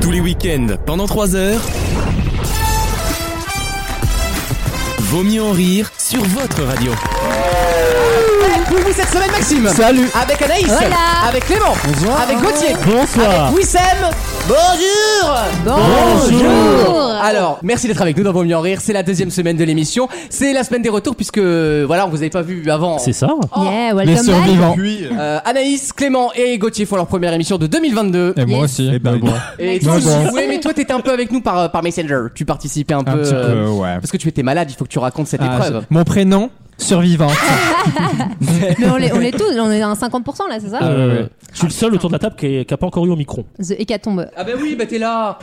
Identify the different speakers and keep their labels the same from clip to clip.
Speaker 1: Tous les week-ends, pendant 3 heures. Vaut mieux en rire sur votre radio.
Speaker 2: Oui, oui, cette semaine, Maxime.
Speaker 3: Salut.
Speaker 2: Avec Anaïs.
Speaker 4: Voilà.
Speaker 2: Avec Clément.
Speaker 3: Bonsoir.
Speaker 2: Avec Gauthier.
Speaker 3: Bonsoir.
Speaker 2: Avec Wissem. Bonjour.
Speaker 4: Bonjour.
Speaker 2: Alors, merci d'être avec nous dans Vaut mieux en rire. C'est la deuxième semaine de l'émission. C'est la semaine des retours puisque, voilà, on vous avait pas vu avant.
Speaker 5: C'est ça
Speaker 4: Yeah, welcome
Speaker 3: Les
Speaker 4: back.
Speaker 3: survivants.
Speaker 6: Puis,
Speaker 2: Euh, Anaïs, Clément et Gauthier font leur première émission de 2022.
Speaker 3: Et moi
Speaker 4: Yes.
Speaker 3: aussi.
Speaker 6: eh ben bon,
Speaker 2: Et
Speaker 3: Euh, Bon,
Speaker 2: toi,
Speaker 3: bon.
Speaker 2: oui, mais toi, t'étais un peu avec nous par, euh, par Messenger. Tu participais un,
Speaker 3: Un
Speaker 2: peu.
Speaker 3: petit
Speaker 2: euh,
Speaker 6: peu, ouais.
Speaker 2: Parce que tu étais malade, il faut que tu racontes cette
Speaker 3: Ah,
Speaker 2: épreuve.
Speaker 3: c'est- Mon prénom, survivante.
Speaker 7: Ah,
Speaker 4: Mais on est, on est tous, on est à un 50% là, c'est ça
Speaker 3: Ah.
Speaker 5: Euh, Je suis le seul autour de la table qui n'a pas encore eu au micro.
Speaker 4: The Hécatombe.
Speaker 2: Ah, bah oui, bah t'es là.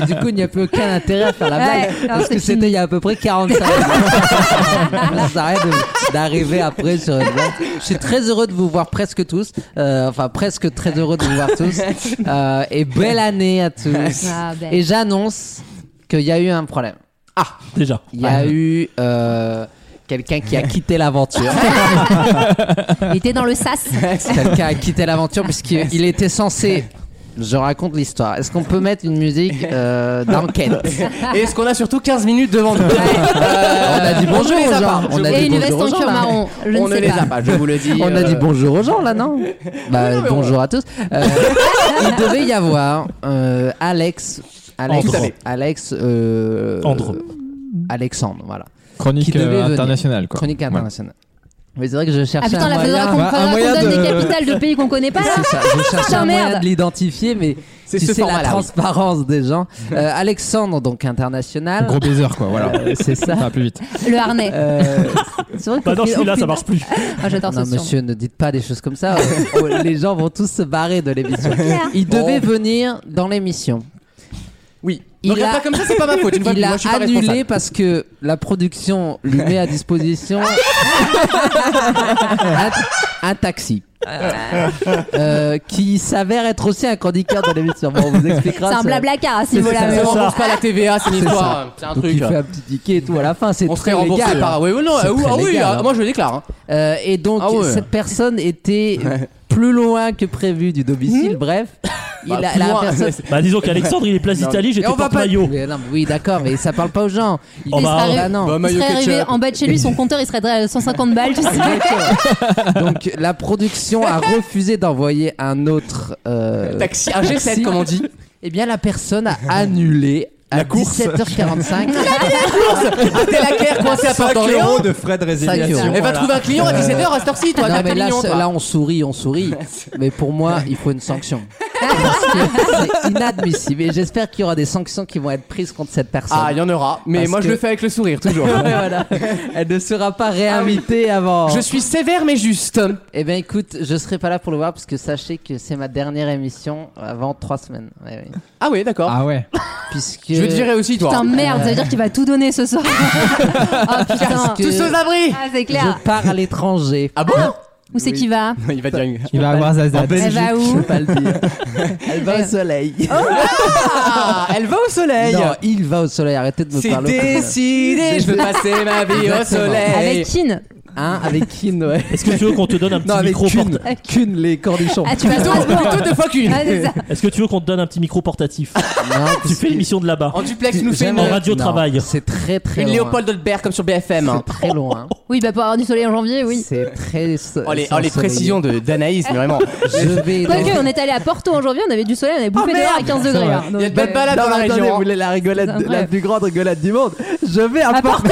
Speaker 7: Et du coup, il n'y a plus aucun intérêt à faire la
Speaker 4: Ouais,
Speaker 7: blague.
Speaker 4: non,
Speaker 7: parce
Speaker 4: c'est fini.
Speaker 7: que c'était il y a à peu près 45 minutes. Là, ça arrête de- d'arriver après sur une blague. Je suis très heureux de vous voir presque tous. Euh, enfin, presque très heureux de vous voir tous. Euh, et belle année à tous.
Speaker 4: Ah, belle.
Speaker 7: Et j'annonce qu'il y a eu un problème.
Speaker 5: Déjà.
Speaker 7: Il y a eu euh, quelqu'un qui a quitté l'aventure.
Speaker 4: Il était dans le sas.
Speaker 7: Quelqu'un a quitté l'aventure puisqu'il il était censé. Je raconte l'histoire. Est-ce qu'on peut mettre une musique euh, d'enquête
Speaker 2: Et est-ce qu'on a surtout 15 minutes devant nous
Speaker 7: On a dit bonjour
Speaker 2: les a
Speaker 7: aux gens.
Speaker 2: pas.
Speaker 7: On a
Speaker 4: Et
Speaker 7: dit
Speaker 4: une
Speaker 7: bonjour
Speaker 4: veste en
Speaker 7: aux gens,
Speaker 4: cuir
Speaker 7: là.
Speaker 4: marron. Je
Speaker 2: on
Speaker 4: ne
Speaker 2: ne
Speaker 4: sais
Speaker 2: les a
Speaker 4: pas.
Speaker 2: pas, je vous le dis.
Speaker 7: On a
Speaker 2: euh,
Speaker 7: dit bonjour aux gens là, non Bah
Speaker 2: non, mais
Speaker 7: bonjour à tous. Euh, il devait y avoir euh, Alex, Alex,
Speaker 5: Andre.
Speaker 7: Alex, euh,
Speaker 5: Andre.
Speaker 7: Alexandre, voilà.
Speaker 3: Chronique
Speaker 7: Qui devait
Speaker 3: euh,
Speaker 7: venir.
Speaker 3: internationale, quoi.
Speaker 7: Chronique internationale. Mais c'est vrai que je cherchais
Speaker 4: Ah putain,
Speaker 7: un
Speaker 4: la faudra
Speaker 7: moyen.
Speaker 4: qu'on
Speaker 3: un
Speaker 4: faudra qu'on
Speaker 3: moyen
Speaker 4: donne
Speaker 3: de-
Speaker 4: des capitales de pays qu'on connaît pas là.
Speaker 7: C'est ça, je cherchais
Speaker 4: Putain,
Speaker 7: un moyen
Speaker 4: merde.
Speaker 7: de l'identifier, mais
Speaker 2: C'est
Speaker 7: tu
Speaker 2: ce
Speaker 7: sais la
Speaker 2: format-là, oui.
Speaker 7: transparence des gens. Euh, Alexandre, donc international.
Speaker 3: Gros baiser, quoi. Voilà.
Speaker 7: C'est ça.
Speaker 3: Ça va plus vite.
Speaker 4: Le harnais.
Speaker 7: Euh,
Speaker 4: C'est vrai que
Speaker 5: Bah non,
Speaker 4: au
Speaker 5: celui-là,
Speaker 4: final-
Speaker 5: ça marche plus.
Speaker 4: Ah, j'adore
Speaker 7: Non,
Speaker 4: ce monsieur.
Speaker 7: monsieur, ne dites pas des choses comme ça. Euh, oh, Les gens vont tous se barrer de l'émission.
Speaker 4: clair.
Speaker 7: Il devait venir dans l'émission.
Speaker 2: Oui.
Speaker 7: Il
Speaker 2: Donc, regarde
Speaker 7: a-
Speaker 2: pas comme ça, c'est pas ma faute. Une fois de
Speaker 7: Il
Speaker 2: plus,
Speaker 7: a
Speaker 2: moi, je suis pas
Speaker 7: annulé
Speaker 2: responsable.
Speaker 7: parce que la production lui met à disposition un, un taxi. Euh, qui s'avère être aussi un chroniqueur de l'émission. Bon, on vous expliquera.
Speaker 4: C'est un
Speaker 7: sur-
Speaker 4: blablacar à ce
Speaker 2: Ça
Speaker 4: niveau-là.
Speaker 2: ne
Speaker 4: mais bon.
Speaker 2: rembourse pas la TVA, c'est une histoire. C'est un
Speaker 7: Donc
Speaker 2: truc.
Speaker 7: il fait un petit ticket et tout à la fin. C'est
Speaker 2: On
Speaker 7: très
Speaker 2: serait remboursé
Speaker 7: légal. hein.
Speaker 2: par. Oui, oui, non,
Speaker 7: C'est
Speaker 2: euh, oui,
Speaker 7: très
Speaker 2: ah oui,
Speaker 7: légal,
Speaker 2: ah,
Speaker 7: hein.
Speaker 2: moi je le déclare. hein.
Speaker 7: Euh, et donc,
Speaker 2: Ah ouais.
Speaker 7: cette personne était plus loin que prévu du domicile. Bref, il
Speaker 2: Bah,
Speaker 7: a-
Speaker 2: plus
Speaker 7: la
Speaker 2: loin.
Speaker 7: personne-
Speaker 5: Bah disons qu'Alexandre, il est place d'Italie, j'étais
Speaker 2: on va pas-
Speaker 5: porte-maillot.
Speaker 7: Mais non, mais oui, d'accord, mais ça parle pas aux gens. Il
Speaker 5: Oh,
Speaker 7: est
Speaker 5: bah,
Speaker 7: pas-
Speaker 4: oh.
Speaker 7: bah, non.
Speaker 2: Bah,
Speaker 4: Il
Speaker 2: maillot
Speaker 4: serait arrivé
Speaker 2: ketchup.
Speaker 4: en bas de chez lui, son compteur il serait à 150 balles, tu sais.
Speaker 7: Donc la production a refusé d'envoyer un autre. euh,
Speaker 2: Taxi, un G7,
Speaker 7: taxi.
Speaker 2: comme on dit.
Speaker 7: Eh bien, la personne a annulé. À
Speaker 6: La course.
Speaker 7: 17h45,
Speaker 2: Ah, T'es la guerre coincée à
Speaker 6: 5
Speaker 2: Port-Orléans.
Speaker 6: euros de frais
Speaker 7: Cinq
Speaker 6: de
Speaker 7: euros.
Speaker 6: résiliation.
Speaker 2: Elle va trouver un client à 17h à cette heure-ci, toi.
Speaker 7: non
Speaker 2: t'as
Speaker 7: mais
Speaker 2: t'es
Speaker 7: là,
Speaker 2: mignon,
Speaker 7: c'est-
Speaker 2: toi.
Speaker 7: là on sourit, on sourit. Mais pour moi, il faut une sanction. Parce que c'est inadmissible. Et j'espère qu'il y aura des sanctions qui vont être prises contre cette personne.
Speaker 2: Ah, il y en aura. Mais
Speaker 7: Parce
Speaker 2: moi je
Speaker 7: que-
Speaker 2: le fais avec le sourire, toujours.
Speaker 7: Ouais, voilà. Elle ne sera pas réinvitée avant.
Speaker 2: Ah Je suis sévère mais juste.
Speaker 7: Eh bien, écoute, je serai pas là pour le voir parce que sachez que c'est ma dernière émission avant trois semaines. Ouais, ouais.
Speaker 2: Ah oui, d'accord.
Speaker 3: Ah ouais.
Speaker 7: Puisque.
Speaker 2: Je le dirai aussi, toi.
Speaker 4: Putain, merde, ça veut dire qu'il va tout donner ce soir. Ah putain.
Speaker 7: que-
Speaker 2: Tous aux abris.
Speaker 4: Ah, c'est clair.
Speaker 7: Je pars à l'étranger.
Speaker 2: Ah bon
Speaker 4: Où c'est
Speaker 2: Oui.
Speaker 4: qu'il va
Speaker 2: Il va dire une-
Speaker 3: Il va avoir Zaza.
Speaker 4: Elle va où
Speaker 7: Pas le dire. Elle va au soleil.
Speaker 2: Ah, elle va au soleil.
Speaker 7: non, il va au soleil. Arrêtez de me
Speaker 2: C'est
Speaker 7: parler. au soleil.
Speaker 2: décidé, je veux passer ma vie au
Speaker 7: Exactement.
Speaker 2: soleil.
Speaker 4: Avec Kin.
Speaker 7: Hein, avec Kine, ouais.
Speaker 5: Est-ce que tu veux qu'on te donne un petit
Speaker 7: Non, avec
Speaker 5: micro
Speaker 7: Kune.
Speaker 5: portatif
Speaker 7: Kune, les cornichons.
Speaker 4: Ah, tu vas à
Speaker 2: Plutôt,
Speaker 4: Strasbourg.
Speaker 2: plutôt deux fois qu'une.
Speaker 4: Ah, c'est ça.
Speaker 5: Est-ce que tu veux qu'on te donne un petit micro portatif Tu fais l'émission de là-bas.
Speaker 2: En duplex, tu nous fais
Speaker 7: J'aime-
Speaker 2: une,
Speaker 5: En radio
Speaker 7: Non,
Speaker 5: travail.
Speaker 7: C'est très très
Speaker 2: une
Speaker 7: loin.
Speaker 2: Léopold Holbert comme sur BFM. hein.
Speaker 7: C'est très loin.
Speaker 4: Oui, bah pour avoir du soleil en janvier, oui.
Speaker 7: C'est très. so-
Speaker 2: Oh les, oh, les
Speaker 7: ensoleillé.
Speaker 2: précisions de- d'Anaïs, mais vraiment.
Speaker 7: Je vais.
Speaker 4: Quoique, on est allé à Porto en janvier, on avait du soleil,
Speaker 2: Ah,
Speaker 4: on avait bouffé dehors à 15 degrés. hein.
Speaker 2: Il y a de
Speaker 4: Donc,
Speaker 2: belles
Speaker 4: euh,
Speaker 2: balades
Speaker 7: Non,
Speaker 2: dans la
Speaker 7: mais attendez, vous
Speaker 2: région. hein.
Speaker 7: voulez la rigolade,
Speaker 4: C'est incroyable.
Speaker 7: la plus grande rigolade du monde. Je vais à Porto.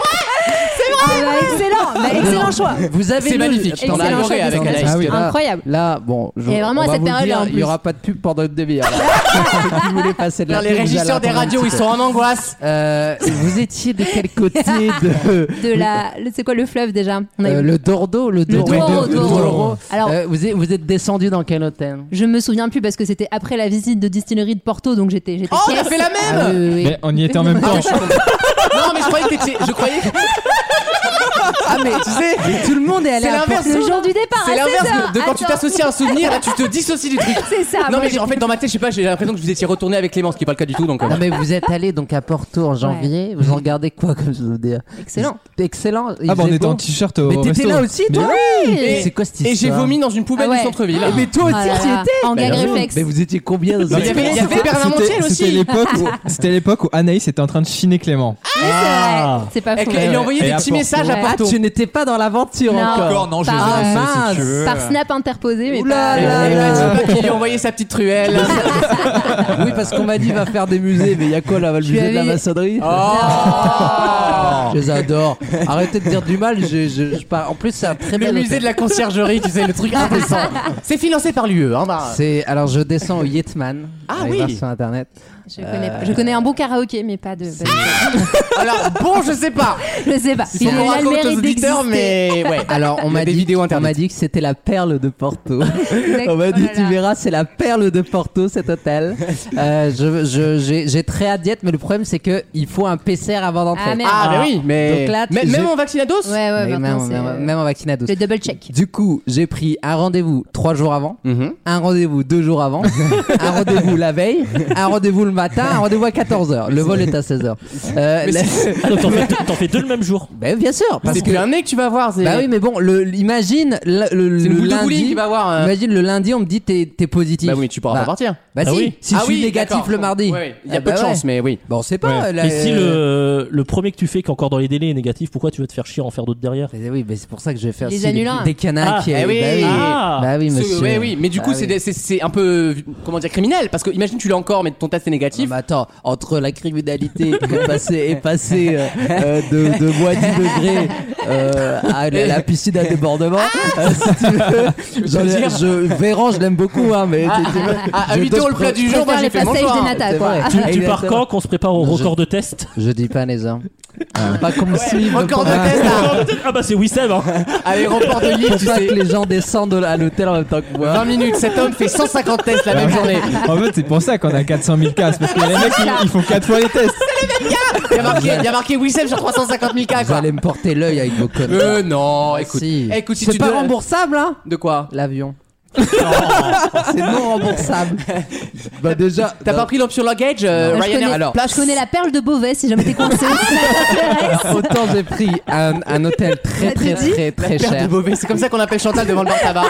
Speaker 4: Ah, bah, excellent, bah, excellent choix.
Speaker 7: Vous avez
Speaker 2: C'est
Speaker 7: le-
Speaker 2: magnifique. On a
Speaker 4: Excellent
Speaker 2: adoré
Speaker 4: choix de
Speaker 2: avec Anaïs.
Speaker 7: Ah oui,
Speaker 4: présentation.
Speaker 7: là-
Speaker 4: Incroyable.
Speaker 7: Là, bon, je,
Speaker 4: Et vraiment,
Speaker 7: on
Speaker 4: à
Speaker 7: va
Speaker 4: cette
Speaker 7: vous le
Speaker 4: période-là, en
Speaker 7: dire, il
Speaker 4: plus.
Speaker 7: n'y aura pas de pub pendant une demi-heure. Ceux qui voulaient passer de la
Speaker 2: Alors, les
Speaker 7: pub, vous allez
Speaker 2: régisseurs des
Speaker 7: entendre.
Speaker 2: radios, ils sont en angoisse.
Speaker 7: Euh, vous étiez de quel côté de
Speaker 4: De la, le- c'est quoi le fleuve déjà On a
Speaker 7: Euh,
Speaker 4: eu-
Speaker 7: le Dordo, le
Speaker 4: Le
Speaker 7: Douro,
Speaker 4: Douro,
Speaker 7: le
Speaker 4: Douro.
Speaker 7: Douro.
Speaker 4: Alors-
Speaker 7: Euh, vous êtes, vous êtes descendu dans quel hôtel
Speaker 4: Je me souviens plus parce que c'était après la visite de distillerie de Porto, donc j'étais, j'étais.
Speaker 2: Oh, on a
Speaker 4: caisse.
Speaker 2: fait la même
Speaker 7: Ah oui, oui, oui.
Speaker 3: Mais on y était en même temps.
Speaker 2: Non, mais je croyais que t'étais. Je croyais que. Ah, mais tu sais.
Speaker 4: Tout le monde est allé
Speaker 2: C'est
Speaker 4: à
Speaker 2: l'inverse. hein.
Speaker 4: le jour du départ.
Speaker 2: C'est
Speaker 4: à 16
Speaker 2: l'inverse
Speaker 4: heures.
Speaker 2: de quand tu
Speaker 4: Attends.
Speaker 2: t'associes à un souvenir, là tu te dissocies du truc.
Speaker 4: C'est ça.
Speaker 2: Non
Speaker 4: moi,
Speaker 2: mais
Speaker 4: j'ai-
Speaker 2: en fait dans ma tête je sais pas j'ai l'impression que vous étiez retourné avec Clément ce qui est pas le cas du tout donc euh,
Speaker 7: Non mais vous êtes allé donc à Porto en janvier, vous en regardez quoi comme je veux dire
Speaker 4: Excellent.
Speaker 7: Excellent. il
Speaker 3: Ah bah on
Speaker 7: faisait
Speaker 3: était
Speaker 7: beau.
Speaker 3: en t-shirt au
Speaker 7: Mais
Speaker 3: resto.
Speaker 7: t'étais là aussi
Speaker 3: Mais
Speaker 7: toi
Speaker 2: Et-
Speaker 7: C'est quoi cette histoire
Speaker 2: et j'ai vomi dans une poubelle
Speaker 4: Ah ouais.
Speaker 2: du centre-ville.
Speaker 7: Mais toi
Speaker 4: Ah là
Speaker 7: aussi tu
Speaker 4: là,
Speaker 7: étais
Speaker 4: En gag
Speaker 2: bien sûr.
Speaker 4: réflexe.
Speaker 7: Bah, Mais vous étiez combien de
Speaker 2: Non, il y avait, il y avait Bernard
Speaker 3: c'était-
Speaker 2: Montiel
Speaker 3: C'était
Speaker 2: aussi.
Speaker 3: l'époque où, c'était l'époque où Anaïs était en train de chiner Clément.
Speaker 4: Oui, c'est vrai. C'est pas
Speaker 2: Ah. Et
Speaker 4: faux.
Speaker 2: qu'il lui a envoyé
Speaker 3: Et
Speaker 2: des
Speaker 3: à
Speaker 2: petits
Speaker 3: Porto.
Speaker 2: messages à
Speaker 4: Ouais.
Speaker 7: Ah,
Speaker 2: Porto.
Speaker 7: tu n'étais pas dans l'aventure
Speaker 4: Non. Ah,
Speaker 7: encore.
Speaker 6: Encore, non, je les ai
Speaker 4: Par- euh,
Speaker 6: laissés,
Speaker 7: mince.
Speaker 6: si tu veux.
Speaker 4: Par snap interposé, mais
Speaker 7: Ouh
Speaker 4: pas.
Speaker 2: Et-
Speaker 4: euh,
Speaker 7: là là
Speaker 2: et-
Speaker 7: là.
Speaker 2: et- et- et- qu'il lui a envoyé sa petite truelle.
Speaker 7: Oui, parce qu'on m'a dit va faire des musées, mais il y a quoi là, le
Speaker 4: Tu
Speaker 7: musée de la
Speaker 4: avais-
Speaker 7: maçonnerie
Speaker 2: Oh
Speaker 7: Je les adore. Arrêtez de dire du mal. Je, je- je pars- En plus, c'est un très
Speaker 2: Le
Speaker 7: bel
Speaker 2: musée de la conciergerie, tu sais, le truc indécent. C'est financé par l'UE, hein, bah.
Speaker 7: C'est alors je descends au Yetman.
Speaker 2: Ah
Speaker 7: Allez
Speaker 2: oui.
Speaker 7: voir sur internet.
Speaker 4: Je connais, pas. je connais un bon karaoké, mais pas de.
Speaker 2: Ah, Alors, bon, je sais pas.
Speaker 4: Je sais pas.
Speaker 2: Il faut qu'on raconte aux auditeurs, mais ouais.
Speaker 7: Alors
Speaker 2: Il y
Speaker 7: on
Speaker 2: a
Speaker 7: m'a
Speaker 2: des
Speaker 7: dit
Speaker 2: vidéos
Speaker 7: on
Speaker 2: internet.
Speaker 7: m'a dit que c'était la perle de Porto.
Speaker 4: Exactement.
Speaker 7: on m'a dit
Speaker 4: Oh là
Speaker 7: tu
Speaker 4: là.
Speaker 7: verras c'est la perle de Porto cet hôtel. Euh, je- je- j'ai j'ai très hâte d'y être, mais le problème c'est que il faut un PCR avant d'entrer.
Speaker 4: Ah, merde.
Speaker 2: Ah, bah oui, mais.
Speaker 7: Donc là,
Speaker 2: Mais-
Speaker 7: je-
Speaker 2: Même en vaccinados
Speaker 4: Ouais, ouais,
Speaker 7: Mais
Speaker 4: maintenant,
Speaker 7: même,
Speaker 4: c'est,
Speaker 7: même-
Speaker 4: euh,
Speaker 7: même en vaccinados.
Speaker 4: Le double check.
Speaker 7: Du coup, j'ai pris un rendez-vous trois jours avant,
Speaker 2: Mhm.
Speaker 7: un rendez-vous deux jours avant, un rendez-vous la veille, un rendez-vous le matin, un rendez-vous à 14h. Le vol est à 16h. Euh, la-
Speaker 5: Ah, donc t'en fais, deux- t'en fais deux le même jour.
Speaker 7: Ben, bien sûr, parce
Speaker 2: C'est
Speaker 7: que.
Speaker 2: plus un nez que tu vas voir. c'est-
Speaker 7: Bah oui, mais bon, le, imagine le, le-
Speaker 2: C'est une
Speaker 7: le
Speaker 2: boule de bowling
Speaker 7: lundi.
Speaker 2: qui va voir. euh,
Speaker 7: Imagine le lundi, on me dit t'es t'es positif.
Speaker 2: Bah oui, tu pourras pas partir.
Speaker 7: Bah
Speaker 5: Ah
Speaker 7: si,
Speaker 5: oui.
Speaker 7: si
Speaker 2: Ah
Speaker 7: je suis
Speaker 2: oui,
Speaker 7: négatif
Speaker 2: d'accord.
Speaker 7: le mardi.
Speaker 2: Ouais, ouais. Il y a
Speaker 7: Ah
Speaker 2: peu de
Speaker 7: bah
Speaker 2: chance,
Speaker 7: ouais.
Speaker 2: mais oui.
Speaker 7: Bon, c'est pas. la-
Speaker 5: Mais si
Speaker 7: euh,
Speaker 5: le, le premier que tu fais, qui est encore dans les délais, est négatif, pourquoi tu vas te faire chier à en faire d'autres derrière
Speaker 7: Mais Eh oui, mais c'est pour ça que je vais faire
Speaker 4: Les
Speaker 7: si,
Speaker 4: annulins.
Speaker 7: Dès qu'il y en a un
Speaker 5: Ah,
Speaker 7: qui est.
Speaker 2: eh oui.
Speaker 7: Bah oui,
Speaker 5: Ah.
Speaker 7: bah oui,
Speaker 2: Ce-
Speaker 7: monsieur.
Speaker 2: ouais, oui, mais du coup,
Speaker 7: Ah
Speaker 2: c'est
Speaker 7: oui.
Speaker 2: des- c'est c'est un peu comment dire criminel parce que imagine tu l'as encore mais ton test est
Speaker 7: Non,
Speaker 2: négatif.
Speaker 7: mais attends, entre la criminalité et passer, et passer euh, euh, de, de moins 10 degrés euh, à la, la piscine à débordement,
Speaker 2: Ah
Speaker 7: euh, si tu veux, j'en ai- je, Véran, je l'aime beaucoup, hein, mais tu- tu veux,
Speaker 2: Ah, à
Speaker 7: je
Speaker 2: 8 euros le
Speaker 7: dose-
Speaker 2: plat du
Speaker 4: Je
Speaker 2: jour, moi
Speaker 4: préfère
Speaker 2: j'ai
Speaker 4: les
Speaker 2: fait mon
Speaker 4: passages
Speaker 2: choix. hein.
Speaker 4: des natas.
Speaker 7: C'est vrai.
Speaker 4: quoi.
Speaker 5: Tu, tu
Speaker 7: Exactement.
Speaker 5: pars quand qu'on se prépare au
Speaker 7: Je-
Speaker 5: record de test
Speaker 7: Je dis pas les hommes. Pas qu'on me suive.
Speaker 2: Ah. Record
Speaker 7: pour
Speaker 2: de
Speaker 7: pas-
Speaker 2: test à-
Speaker 5: Ah bah c'est Wissem hein.
Speaker 2: à l'aéroport de Lille,
Speaker 7: Pour
Speaker 2: tu
Speaker 7: pas
Speaker 2: sais.
Speaker 7: que les gens descendent à l'hôtel en même temps que moi.
Speaker 2: 20 minutes, cet homme fait 150 tests
Speaker 7: Ah,
Speaker 2: la même journée.
Speaker 3: En fait, c'est pour ça qu'on a 400 000 casques parce que les mecs ils, ils font 4 fois les tests.
Speaker 2: Il y a marqué, il y a marqué Wissem sur 350 000 cas
Speaker 7: Vous
Speaker 2: quoi.
Speaker 7: allez me porter l'œil avec vos conneries.
Speaker 2: Euh non, écoute.
Speaker 7: Ah, Si.
Speaker 2: Eh, Écoute, si
Speaker 7: C'est
Speaker 2: tu
Speaker 7: pas
Speaker 2: dois-
Speaker 7: remboursable, hein
Speaker 2: De quoi
Speaker 7: L'avion. c'est non remboursable. Bah déjà,
Speaker 2: T'as pas pris l'option luggage euh,
Speaker 4: Non, je,
Speaker 2: Ryanair
Speaker 4: connais,
Speaker 2: alors.
Speaker 4: je connais la perle de Beauvais si jamais t'es coincé.
Speaker 2: Ah,
Speaker 7: Alors, autant j'ai pris un, un hôtel très
Speaker 4: Ça te
Speaker 7: très
Speaker 4: dit
Speaker 7: très très,
Speaker 2: Père de
Speaker 7: cher.
Speaker 2: Beauvais, c'est comme ça qu'on appelle Chantal devant le bar tabac.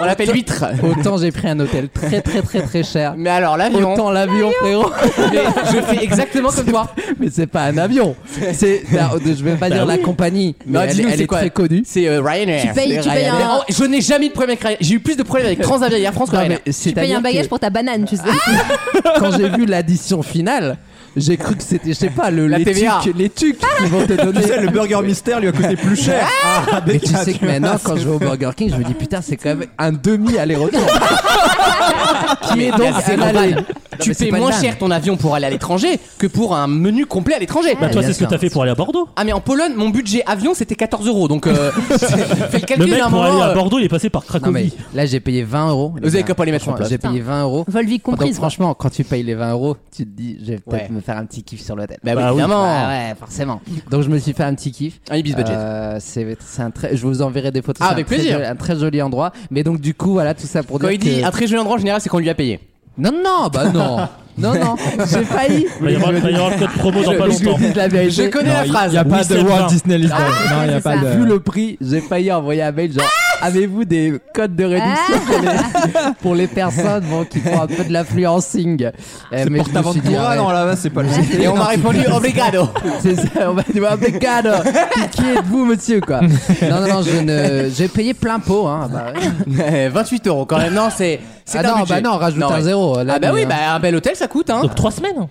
Speaker 2: On l'appelle huître.
Speaker 7: Autant j'ai pris un hôtel très très très très cher.
Speaker 2: Mais alors l'avion,
Speaker 7: Autant l'avion frérot.
Speaker 2: mais je fais exactement comme toi. Bah
Speaker 7: Mais c'est pas un avion. C'est là, je vais pas dire la compagnie, mais
Speaker 2: Non,
Speaker 7: elle,
Speaker 2: dis-nous,
Speaker 7: elle
Speaker 2: c'est
Speaker 7: est
Speaker 2: quoi
Speaker 7: très connue.
Speaker 2: C'est euh, Ryanair.
Speaker 4: tu payes, tu
Speaker 7: c'est
Speaker 4: payes
Speaker 2: Mais
Speaker 4: un,
Speaker 2: en- je n'ai jamais eu de problème avec Ryanair. J'ai eu plus de problèmes avec Transavia et Air France que
Speaker 7: Non,
Speaker 2: Ryanair.
Speaker 7: mais
Speaker 4: tu payes
Speaker 7: c'est-à-dire
Speaker 4: un bagage
Speaker 7: que
Speaker 4: pour ta banane, tu sais.
Speaker 2: Ah
Speaker 7: quand j'ai vu l'addition finale, j'ai cru que c'était je sais pas le
Speaker 2: La
Speaker 7: les
Speaker 2: TVA.
Speaker 7: tucs, les tucs qui vont te donner.
Speaker 6: Tu sais, le burger mystère lui a coûté plus cher. Ah,
Speaker 7: Mais
Speaker 6: dès
Speaker 7: tu
Speaker 6: qu'il y a-
Speaker 7: sais que maintenant, quand je vais au Burger King, je me dis putain, c'est quand même un demi aller-retour. qui est donc
Speaker 2: c'est
Speaker 7: un
Speaker 2: normal.
Speaker 7: aller.
Speaker 2: tu
Speaker 7: mais c'est
Speaker 2: payes
Speaker 7: pas
Speaker 2: moins
Speaker 7: dingue.
Speaker 2: cher ton avion pour aller à l'étranger que pour un menu complet à l'étranger.
Speaker 5: Bah toi
Speaker 7: bien
Speaker 5: c'est ce que
Speaker 7: sûr.
Speaker 5: t'as fait pour aller à Bordeaux
Speaker 2: Ah mais en Pologne, mon budget avion c'était 14 euros. Donc euh, fais le
Speaker 5: Le
Speaker 2: calcul
Speaker 5: mec
Speaker 2: à un
Speaker 5: pour
Speaker 2: moment.
Speaker 5: aller à
Speaker 2: euh,
Speaker 5: Bordeaux il est passé par
Speaker 7: Non mais
Speaker 5: Cracovie
Speaker 7: là, j'ai payé 20 euros.
Speaker 2: Vous avez qu'à pas les mettre en
Speaker 7: Franchement,
Speaker 2: place.
Speaker 7: J'ai payé 20 euros.
Speaker 4: Vol vie
Speaker 7: Ah, Donc
Speaker 2: Ah,
Speaker 4: comprise. quoi.
Speaker 7: franchement, quand tu payes les 20 euros, tu te dis, je vais peut-être
Speaker 2: Ouais.
Speaker 7: me faire un petit kiff sur l'hôtel.
Speaker 2: Bah, oui,
Speaker 5: Bah oui.
Speaker 2: évidemment.
Speaker 7: Ah ouais, forcément. Donc je me suis fait un petit kiff.
Speaker 2: Un Ibis budget.
Speaker 7: Euh, c'est c'est un très. Je vous enverrai des photos.
Speaker 2: Ah,
Speaker 7: C'est
Speaker 2: avec
Speaker 7: un très
Speaker 2: plaisir.
Speaker 7: joli- un très joli endroit. Mais donc du coup, voilà, tout ça pour
Speaker 2: Quand
Speaker 7: dire
Speaker 2: il dit
Speaker 7: que-
Speaker 2: un très joli endroit en général, c'est qu'on lui a payé.
Speaker 7: Non, non, bah non, non, non. J'ai failli.
Speaker 5: Il va y avoir il va y avoir le code promo dans pas
Speaker 7: Mais je
Speaker 5: longtemps
Speaker 7: le dis de la vérité.
Speaker 2: Je connais la
Speaker 3: Il
Speaker 2: phrase.
Speaker 3: y a pas
Speaker 5: Oui,
Speaker 3: de
Speaker 5: c'est
Speaker 3: Walt
Speaker 5: bien.
Speaker 3: Disney Lisbonne. non, il y a
Speaker 4: c'est
Speaker 3: pas
Speaker 4: ça.
Speaker 3: de.
Speaker 7: Ah, Vu le prix, j'ai failli envoyer un mail genre
Speaker 2: Ah
Speaker 7: avez-vous des codes de réduction pour, les, pour les personnes bon, qui font un peu de l'influencing Eh,
Speaker 6: C'est
Speaker 7: mais je me suis dit,
Speaker 6: Portaventura,
Speaker 7: ah ouais,
Speaker 6: non, là, c'est pas le.
Speaker 2: Et on m'a répondu obrigado.
Speaker 7: c'est ça, on m'a dit Ah, mais cadre, qui êtes-vous monsieur quoi Non non non, je ne j'ai payé plein pot hein. Bah, ouais.
Speaker 2: Eh, 28 euros quand même. Non, c'est. c'est
Speaker 7: Ah
Speaker 2: un
Speaker 7: non,
Speaker 2: budget.
Speaker 7: bah non, rajoute un
Speaker 2: ouais.
Speaker 7: zéro. là,
Speaker 2: Ah bah
Speaker 7: mais,
Speaker 2: oui,
Speaker 7: hein. Ah
Speaker 2: bah un bel hôtel ça coûte hein.
Speaker 5: Donc trois semaines Bah,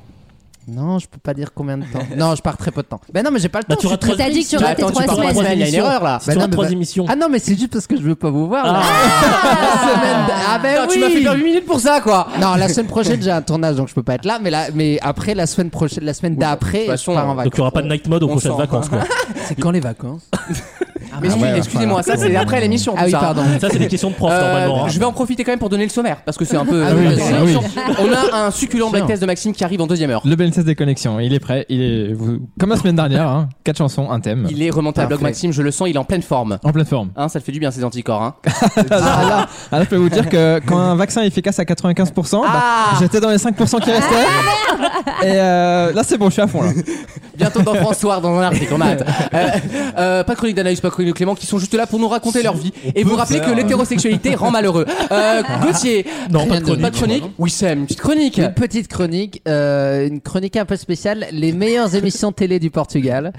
Speaker 7: Non, je peux pas dire combien de temps. Non, je pars très peu de temps. Bah non, mais j'ai pas le
Speaker 5: Bah,
Speaker 7: temps. je
Speaker 5: tu
Speaker 7: suis
Speaker 5: rates trois
Speaker 4: T'as dit que tu
Speaker 5: émissions.
Speaker 2: Bah,
Speaker 4: ratais
Speaker 2: attends, tu
Speaker 4: trois
Speaker 2: pars trois
Speaker 4: semaines.
Speaker 2: semaines, il y a une
Speaker 5: émissions.
Speaker 2: erreur là.
Speaker 5: C'est
Speaker 7: Bah non,
Speaker 5: sur
Speaker 7: mais
Speaker 5: trois
Speaker 7: bah-
Speaker 5: émissions Ah.
Speaker 7: Ah non, mais c'est juste parce que je veux pas vous voir. Là. La semaine de- Ah ben
Speaker 2: Putain, Tu m'as
Speaker 7: oui.
Speaker 2: fait perdre 8 minutes pour ça quoi.
Speaker 7: Non, la semaine prochaine j'ai un tournage donc je peux pas être là, mais là, mais après la semaine prochaine, la semaine d'après,
Speaker 2: toute
Speaker 7: je
Speaker 2: façon, hein.
Speaker 7: pars en
Speaker 2: donc
Speaker 5: Donc il
Speaker 7: vacances.
Speaker 5: y aura pas de night mode aux
Speaker 2: On
Speaker 5: prochaines
Speaker 2: s'en-
Speaker 5: vacances quoi
Speaker 7: C'est quand les vacances
Speaker 2: Mais
Speaker 7: Ah
Speaker 2: excuse-
Speaker 7: ouais, ouais,
Speaker 2: excusez-moi, ça c'est après l'émission.
Speaker 7: Ah
Speaker 2: tout
Speaker 7: oui,
Speaker 2: ça. hein.
Speaker 7: pardon.
Speaker 5: Ça, c'est des questions de prof
Speaker 2: Euh,
Speaker 5: normalement. hein.
Speaker 2: je vais en profiter quand même pour donner le sommaire parce que c'est un peu.
Speaker 7: Ah oui,
Speaker 2: euh,
Speaker 7: bien sûr.
Speaker 2: l'émission. On a un succulent black test de Maxime qui arrive en deuxième heure.
Speaker 3: Le BNCS des connexions, il est prêt. Il est vous- comme la semaine dernière, hein, quatre chansons, un thème,
Speaker 2: Il est remonté à blog
Speaker 7: Parfait.
Speaker 2: Maxime, je le sens, il est en pleine forme.
Speaker 3: en pleine forme.
Speaker 2: Hein, ça le fait du bien ces anticorps. Hein.
Speaker 3: Ah, Alors, je peux vous dire que quand un vaccin est efficace à 95%, bah,
Speaker 2: Ah
Speaker 3: j'étais dans les 5% qui restaient. et euh, là, c'est bon, je suis à fond là.
Speaker 2: Bientôt dans François, dans un article, on a hâte. Euh, euh, pas chronique d'Anaïs, pas chronique de Clément, qui sont juste là pour nous raconter leur vie et vous rappeler que l'hétérosexualité rend malheureux. Euh, Gauthier,
Speaker 5: Non, pas
Speaker 7: Rien
Speaker 5: de
Speaker 7: de-
Speaker 5: chronique.
Speaker 2: pas de chronique Wissem, une petite chronique
Speaker 7: Une petite chronique, euh, une chronique un peu spéciale, les meilleures émissions télé du Portugal.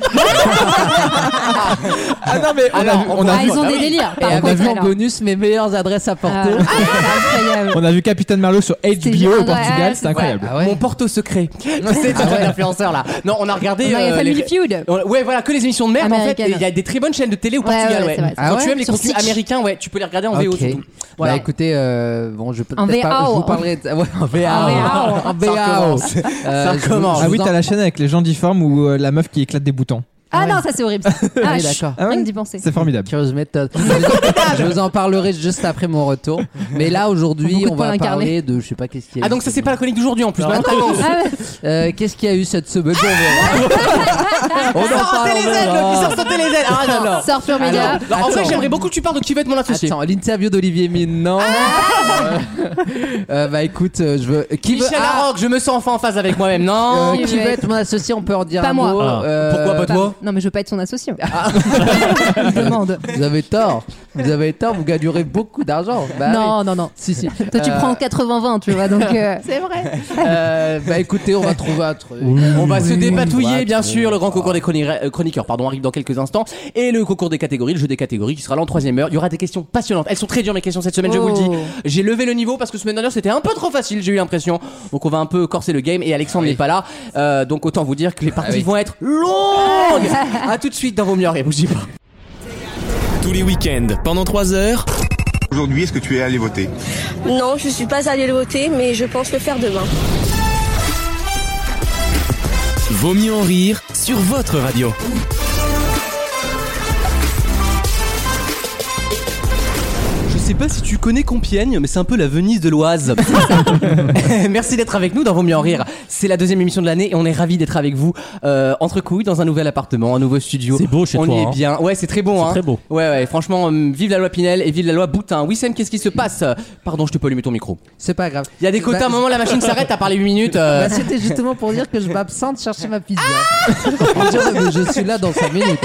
Speaker 3: Ah non, mais on
Speaker 2: Alors,
Speaker 3: a vu,
Speaker 2: on
Speaker 3: on a
Speaker 4: Ah,
Speaker 3: vu,
Speaker 4: ils ont des délires.
Speaker 7: Et
Speaker 4: Par
Speaker 7: on a
Speaker 4: contre,
Speaker 7: vu en
Speaker 4: alors.
Speaker 7: bonus mes meilleures adresses à
Speaker 4: Ah,
Speaker 7: porter.
Speaker 4: c'est incroyable.
Speaker 3: on a vu Capitaine Marlowe sur
Speaker 4: génial,
Speaker 3: HBO au
Speaker 4: ouais,
Speaker 3: Portugal,
Speaker 4: c'est
Speaker 3: c'est incroyable.
Speaker 7: Ah ouais.
Speaker 2: Mon porto secret. C'est
Speaker 3: Ah
Speaker 2: un influenceur là. Non, on a regardé.
Speaker 4: On a
Speaker 2: euh,
Speaker 4: Family
Speaker 2: les-
Speaker 4: Feud.
Speaker 2: On- Ouais, voilà, que les émissions de merde en fait.
Speaker 4: Américaines.
Speaker 2: et Il y a des très bonnes chaînes de télé au
Speaker 4: Ouais,
Speaker 2: Portugal.
Speaker 4: ouais,
Speaker 2: Ouais,
Speaker 4: c'est vrai, c'est
Speaker 2: Quand
Speaker 7: vrai.
Speaker 2: tu aimes les
Speaker 4: Sur
Speaker 2: contenus
Speaker 4: Stitch.
Speaker 2: américains, ouais, tu peux les regarder en VO
Speaker 7: Ok.
Speaker 2: surtout.
Speaker 7: Bah
Speaker 2: Voilà.
Speaker 7: écoutez, euh, bon, je peux
Speaker 4: En
Speaker 7: peut-être pas,
Speaker 4: VAO.
Speaker 7: je vous parlerai de... ouais, en VAO.
Speaker 4: VAO.
Speaker 7: En
Speaker 2: Ça
Speaker 7: VAO.
Speaker 2: recommence.
Speaker 7: Euh, je vous-
Speaker 2: recommence.
Speaker 7: je
Speaker 3: Ah
Speaker 7: vous
Speaker 3: oui,
Speaker 7: en-
Speaker 3: t'as la chaîne avec les gens difformes ou euh, la meuf qui éclate des boutons.
Speaker 4: Ah non, ça c'est horrible. ça.
Speaker 7: Ah
Speaker 4: Ah,
Speaker 7: oui,
Speaker 4: chut,
Speaker 7: d'accord.
Speaker 3: Ah ouais
Speaker 4: rien que d'y penser.
Speaker 3: C'est formidable.
Speaker 7: Curieuse méthode. Je vous en- Je vous en parlerai juste après mon retour. Mais là aujourd'hui,
Speaker 4: Beaucoup de
Speaker 7: on va
Speaker 4: points
Speaker 7: parler de, je sais pas qu'est-ce qu'il y a.
Speaker 2: Ah, donc
Speaker 7: eu.
Speaker 2: ça, c'est pas la chronique d'aujourd'hui en plus.
Speaker 7: Non.
Speaker 2: maintenant, t'avances.
Speaker 4: Ah ouais.
Speaker 7: Euh, qu'est-ce qu'il y a eu cette semaine Bon, On verra. On en parle.
Speaker 2: Sortez les
Speaker 7: on
Speaker 2: ailes,
Speaker 7: verra.
Speaker 2: le- sortez les ailes. Arrête alors.
Speaker 4: Sort sur média.
Speaker 2: Non, en
Speaker 7: Attends.
Speaker 2: vrai, j'aimerais beaucoup que tu parles de qui va être mon associé.
Speaker 7: Attends, l'interview d'Olivier Mine, non Euh, Bah écoute, euh, je veux. Qui
Speaker 2: Ah
Speaker 7: veut
Speaker 2: Michel
Speaker 7: Ah,
Speaker 2: Larocque, je me sens enfin en phase avec moi-même. Non.
Speaker 7: euh,
Speaker 4: Qui
Speaker 7: qui
Speaker 4: veut
Speaker 7: veut
Speaker 4: être-
Speaker 7: être mon associé On peut en dire
Speaker 4: Pas
Speaker 7: un
Speaker 4: moi.
Speaker 7: mot.
Speaker 5: Ah.
Speaker 7: euh,
Speaker 2: Pourquoi pas toi
Speaker 4: Non, mais je veux pas être son associé.
Speaker 2: Ah,
Speaker 4: Je demande.
Speaker 7: Vous avez tort. Vous avez tort. Vous gagnerez beaucoup d'argent. Bah, oui.
Speaker 4: Non, non, non.
Speaker 7: Si si.
Speaker 4: Toi, tu
Speaker 7: Euh,
Speaker 4: prends 80-20, tu vois, donc. euh, C'est vrai.
Speaker 7: euh, bah écoutez, on va trouver un truc.
Speaker 2: On va se
Speaker 7: Ouais,
Speaker 2: dépatouiller, bien
Speaker 7: trop.
Speaker 2: sûr. Le grand concours des chroniqueurs, euh, chroniqueurs, pardon, arrive dans quelques instants. Et le concours des catégories, le jeu des catégories qui sera là en troisième heure. Il y aura des questions passionnantes. Elles sont très dures, mes questions cette semaine, je vous le dis.
Speaker 4: Oh.
Speaker 2: J'ai levé le niveau parce que semaine dernière, c'était un peu trop facile, j'ai eu l'impression. Donc on va un peu corser le game. Et Alexandre n'est pas là. Euh, donc autant vous dire que les parties
Speaker 7: oui.
Speaker 2: vont être longues. à tout de suite dans vos murs et bougez pas.
Speaker 1: Tous les week-ends, pendant 3 heures,
Speaker 8: Aujourd'hui, est-ce que tu es allé voter
Speaker 9: Non, je suis pas allée le voter, mais je pense le faire demain.
Speaker 1: Vaut mieux en rire sur votre radio.
Speaker 2: Je sais pas si tu connais Compiègne, mais c'est un peu la Venise de l'Oise. Merci d'être avec nous dans Vos mieux en rire. C'est la deuxième émission de l'année et on est ravis d'être avec vous euh, entre couilles dans un nouvel appartement, un nouveau studio.
Speaker 5: C'est beau chez
Speaker 2: on
Speaker 5: toi,
Speaker 2: y
Speaker 5: hein.
Speaker 2: est bien. Ouais, c'est très bon.
Speaker 5: C'est
Speaker 2: hein.
Speaker 5: très beau.
Speaker 2: Ouais, ouais. Franchement, euh, vive la loi Pinel et vive la loi Boutin. Wissem, qu'est-ce qui se passe Pardon, je t'ai pas allumé ton micro.
Speaker 7: C'est pas grave.
Speaker 2: Il y a des quotas.
Speaker 7: Bah,
Speaker 2: à un moment, la machine s'arrête. T'as parlé 8 minutes. euh,
Speaker 7: Bah, c'était justement pour dire que je m'absente chercher ma pizza. Pour dire que je suis là dans 5 minutes.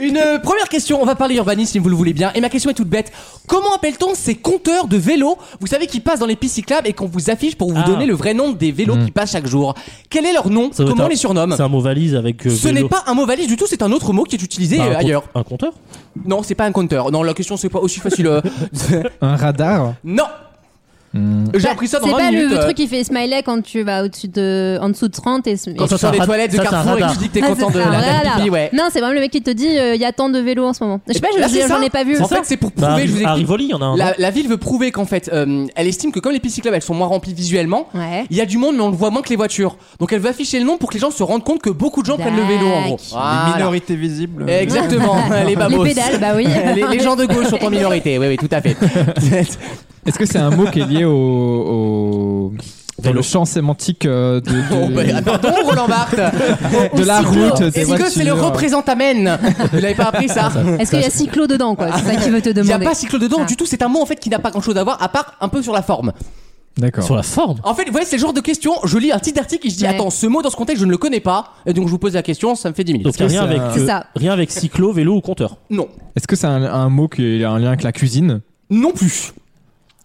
Speaker 2: Une euh, première question, on va parler urbanisme si vous le voulez bien. Et ma question est toute bête. Comment appelle-t-on ces compteurs de vélos Vous savez qui passent dans les pistes cyclables et qu'on vous affiche pour vous
Speaker 5: Ah. Hmm.
Speaker 2: donner le vrai nombre des vélos qui passent chaque jour. Quel est leur nom
Speaker 5: Ça doit
Speaker 2: Comment
Speaker 5: être
Speaker 2: on les surnomme
Speaker 5: C'est un mot valise avec. euh,
Speaker 2: Ce
Speaker 5: vélo.
Speaker 2: n'est pas un mot valise du tout, c'est un autre mot qui est utilisé
Speaker 5: Bah, un
Speaker 2: euh,
Speaker 5: compte-
Speaker 2: ailleurs.
Speaker 5: Un compteur
Speaker 2: Non, c'est pas un compteur. Non, la question c'est pas aussi facile. euh,
Speaker 3: Un radar.
Speaker 2: non.
Speaker 5: Hmm.
Speaker 2: J'ai appris ça dans
Speaker 4: C'est
Speaker 2: 20
Speaker 4: pas
Speaker 2: minutes.
Speaker 4: le, le
Speaker 2: euh,
Speaker 4: truc qui fait smiley quand tu vas au-dessus de, en dessous de 30 et. et-
Speaker 2: Quand tu
Speaker 5: Ça,
Speaker 2: sors
Speaker 5: c'est
Speaker 2: des
Speaker 5: un
Speaker 2: euh, toilettes de
Speaker 5: radar.
Speaker 2: Carrefour et que tu dis que t'es
Speaker 4: Ah,
Speaker 2: content
Speaker 4: c'est
Speaker 2: de
Speaker 4: ça,
Speaker 2: la
Speaker 4: voilà,
Speaker 2: date
Speaker 4: là.
Speaker 2: pipi, ouais.
Speaker 4: Non, c'est vraiment le mec qui te dit euh, il y a tant de vélos en ce moment. Je sais pas,
Speaker 2: Eh.
Speaker 4: je-
Speaker 2: ben, Là, c'est
Speaker 4: je- j'en
Speaker 2: ça.
Speaker 4: ai pas vu.
Speaker 2: En fait, c'est pour
Speaker 5: Bah,
Speaker 2: prouver, je vous
Speaker 5: à
Speaker 2: explique.
Speaker 5: Rivoli, il y en a un. non
Speaker 2: La, la ville veut prouver qu'en fait, euh, elle estime que comme les pistes cyclables elles sont moins remplies visuellement,
Speaker 4: Ouais.
Speaker 2: il y a du monde mais on le voit moins que les voitures. Donc elle veut afficher le nom pour que les gens se rendent compte que beaucoup de gens prennent le vélo en gros.
Speaker 4: Dac.
Speaker 2: Voilà.
Speaker 6: Minorité visible.
Speaker 2: Exactement, les
Speaker 4: Les
Speaker 2: babos.
Speaker 4: pédales, bah oui.
Speaker 2: les, les gens de gauche sont en minorité, oui, oui, tout à fait.
Speaker 3: Est-ce que c'est un mot qui est lié au. au- Dans le champ sémantique euh, de,
Speaker 2: Bon,
Speaker 3: de-
Speaker 2: bah, pardon, Roland Barthes.
Speaker 3: de la route, des
Speaker 2: Est-ce que c'est le
Speaker 3: voitures.
Speaker 2: représentamène Vous l'avez pas appris ça
Speaker 4: Est-ce qu'il y a cyclo dedans, quoi C'est ça qu'il veut te
Speaker 2: Il n'y a
Speaker 4: demander.
Speaker 2: pas cyclo dedans
Speaker 4: Ah.
Speaker 2: du tout, c'est un mot en fait qui n'a pas grand chose à voir à part un peu sur la forme.
Speaker 3: D'accord.
Speaker 5: Sur la forme
Speaker 2: En fait, vous voyez, c'est le genre de question. Je lis un petit article et je dis
Speaker 4: Ouais.
Speaker 2: Attends, ce mot dans ce contexte, je ne le connais pas. Et donc, je vous pose la question, ça me fait 10 minutes.
Speaker 5: Donc rien
Speaker 3: ça-
Speaker 5: avec,
Speaker 4: C'est
Speaker 5: euh,
Speaker 4: ça.
Speaker 5: rien avec cyclo, vélo ou compteur.
Speaker 2: Non.
Speaker 3: Est-ce que c'est un, un mot qui a un lien avec la cuisine
Speaker 2: Non plus.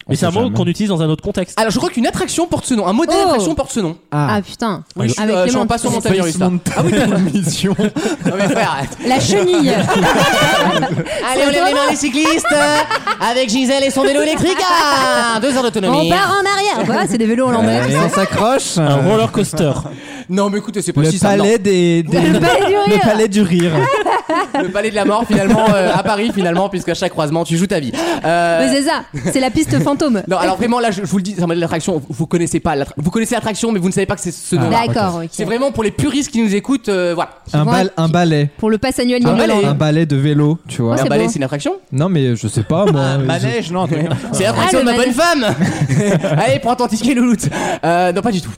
Speaker 3: On
Speaker 5: Mais c'est un
Speaker 3: sait
Speaker 5: mot
Speaker 3: jamais.
Speaker 5: qu'on utilise dans un autre contexte.
Speaker 2: Alors, je crois qu'une attraction porte ce nom. Un modèle
Speaker 4: Oh.
Speaker 2: d'attraction porte ce nom.
Speaker 4: Ah putain.
Speaker 2: Oui, je suis,
Speaker 4: Avec
Speaker 2: euh, je suis
Speaker 4: Clément,
Speaker 2: en passe sur
Speaker 4: tu
Speaker 2: mon
Speaker 4: sais.
Speaker 2: tablier, là. Ah oui, mission. Non, mais frère, arrête.
Speaker 4: La chenille.
Speaker 2: Allez, on lève les mains, les cyclistes. euh, Avec Gisèle et son vélo électrique. Ah, deux heures
Speaker 4: On
Speaker 2: d'autonomie.
Speaker 4: part en arrière. Voilà, c'est des vélos en l'envers.
Speaker 3: Et on s'accroche
Speaker 5: Un
Speaker 3: euh,
Speaker 5: roller coaster.
Speaker 2: Non, mais écoutez, c'est pas si
Speaker 3: Le
Speaker 2: simple, non.
Speaker 3: palais des, des-
Speaker 4: Le palais du
Speaker 3: le
Speaker 4: rire.
Speaker 3: palais du rire.
Speaker 2: le palais de la mort finalement euh, à Paris finalement puisque à chaque croisement tu joues ta vie. Euh,
Speaker 4: Mais c'est ça, c'est la piste fantôme.
Speaker 2: non alors vraiment là je, je vous le dis c'est un modèle d'attraction vous, vous connaissez pas l'attra- vous connaissez l'attraction mais vous ne savez pas que c'est ce nom. là
Speaker 4: Ah, D'accord, ok.
Speaker 2: Ah, C'est vraiment pour les puristes qui nous écoutent euh, voilà.
Speaker 3: Un,
Speaker 4: vont
Speaker 3: bal-
Speaker 4: être-
Speaker 3: un ballet.
Speaker 4: Pour le pass annuel
Speaker 2: Ah,
Speaker 3: Un
Speaker 4: Yolande.
Speaker 3: ballet. Un ballet de vélo, tu vois.
Speaker 4: Ouais,
Speaker 2: Un
Speaker 4: c'est
Speaker 2: Bah, balai
Speaker 4: beau.
Speaker 2: c'est une attraction
Speaker 3: Non, mais je sais pas, moi.
Speaker 2: Ah,
Speaker 3: je-
Speaker 6: Manège, non un truc comme ça.
Speaker 2: C'est l'attraction
Speaker 4: Ah,
Speaker 2: de ma
Speaker 4: le
Speaker 2: bonne femme. Allez prends ton ticket louloute. Euh, non pas du tout.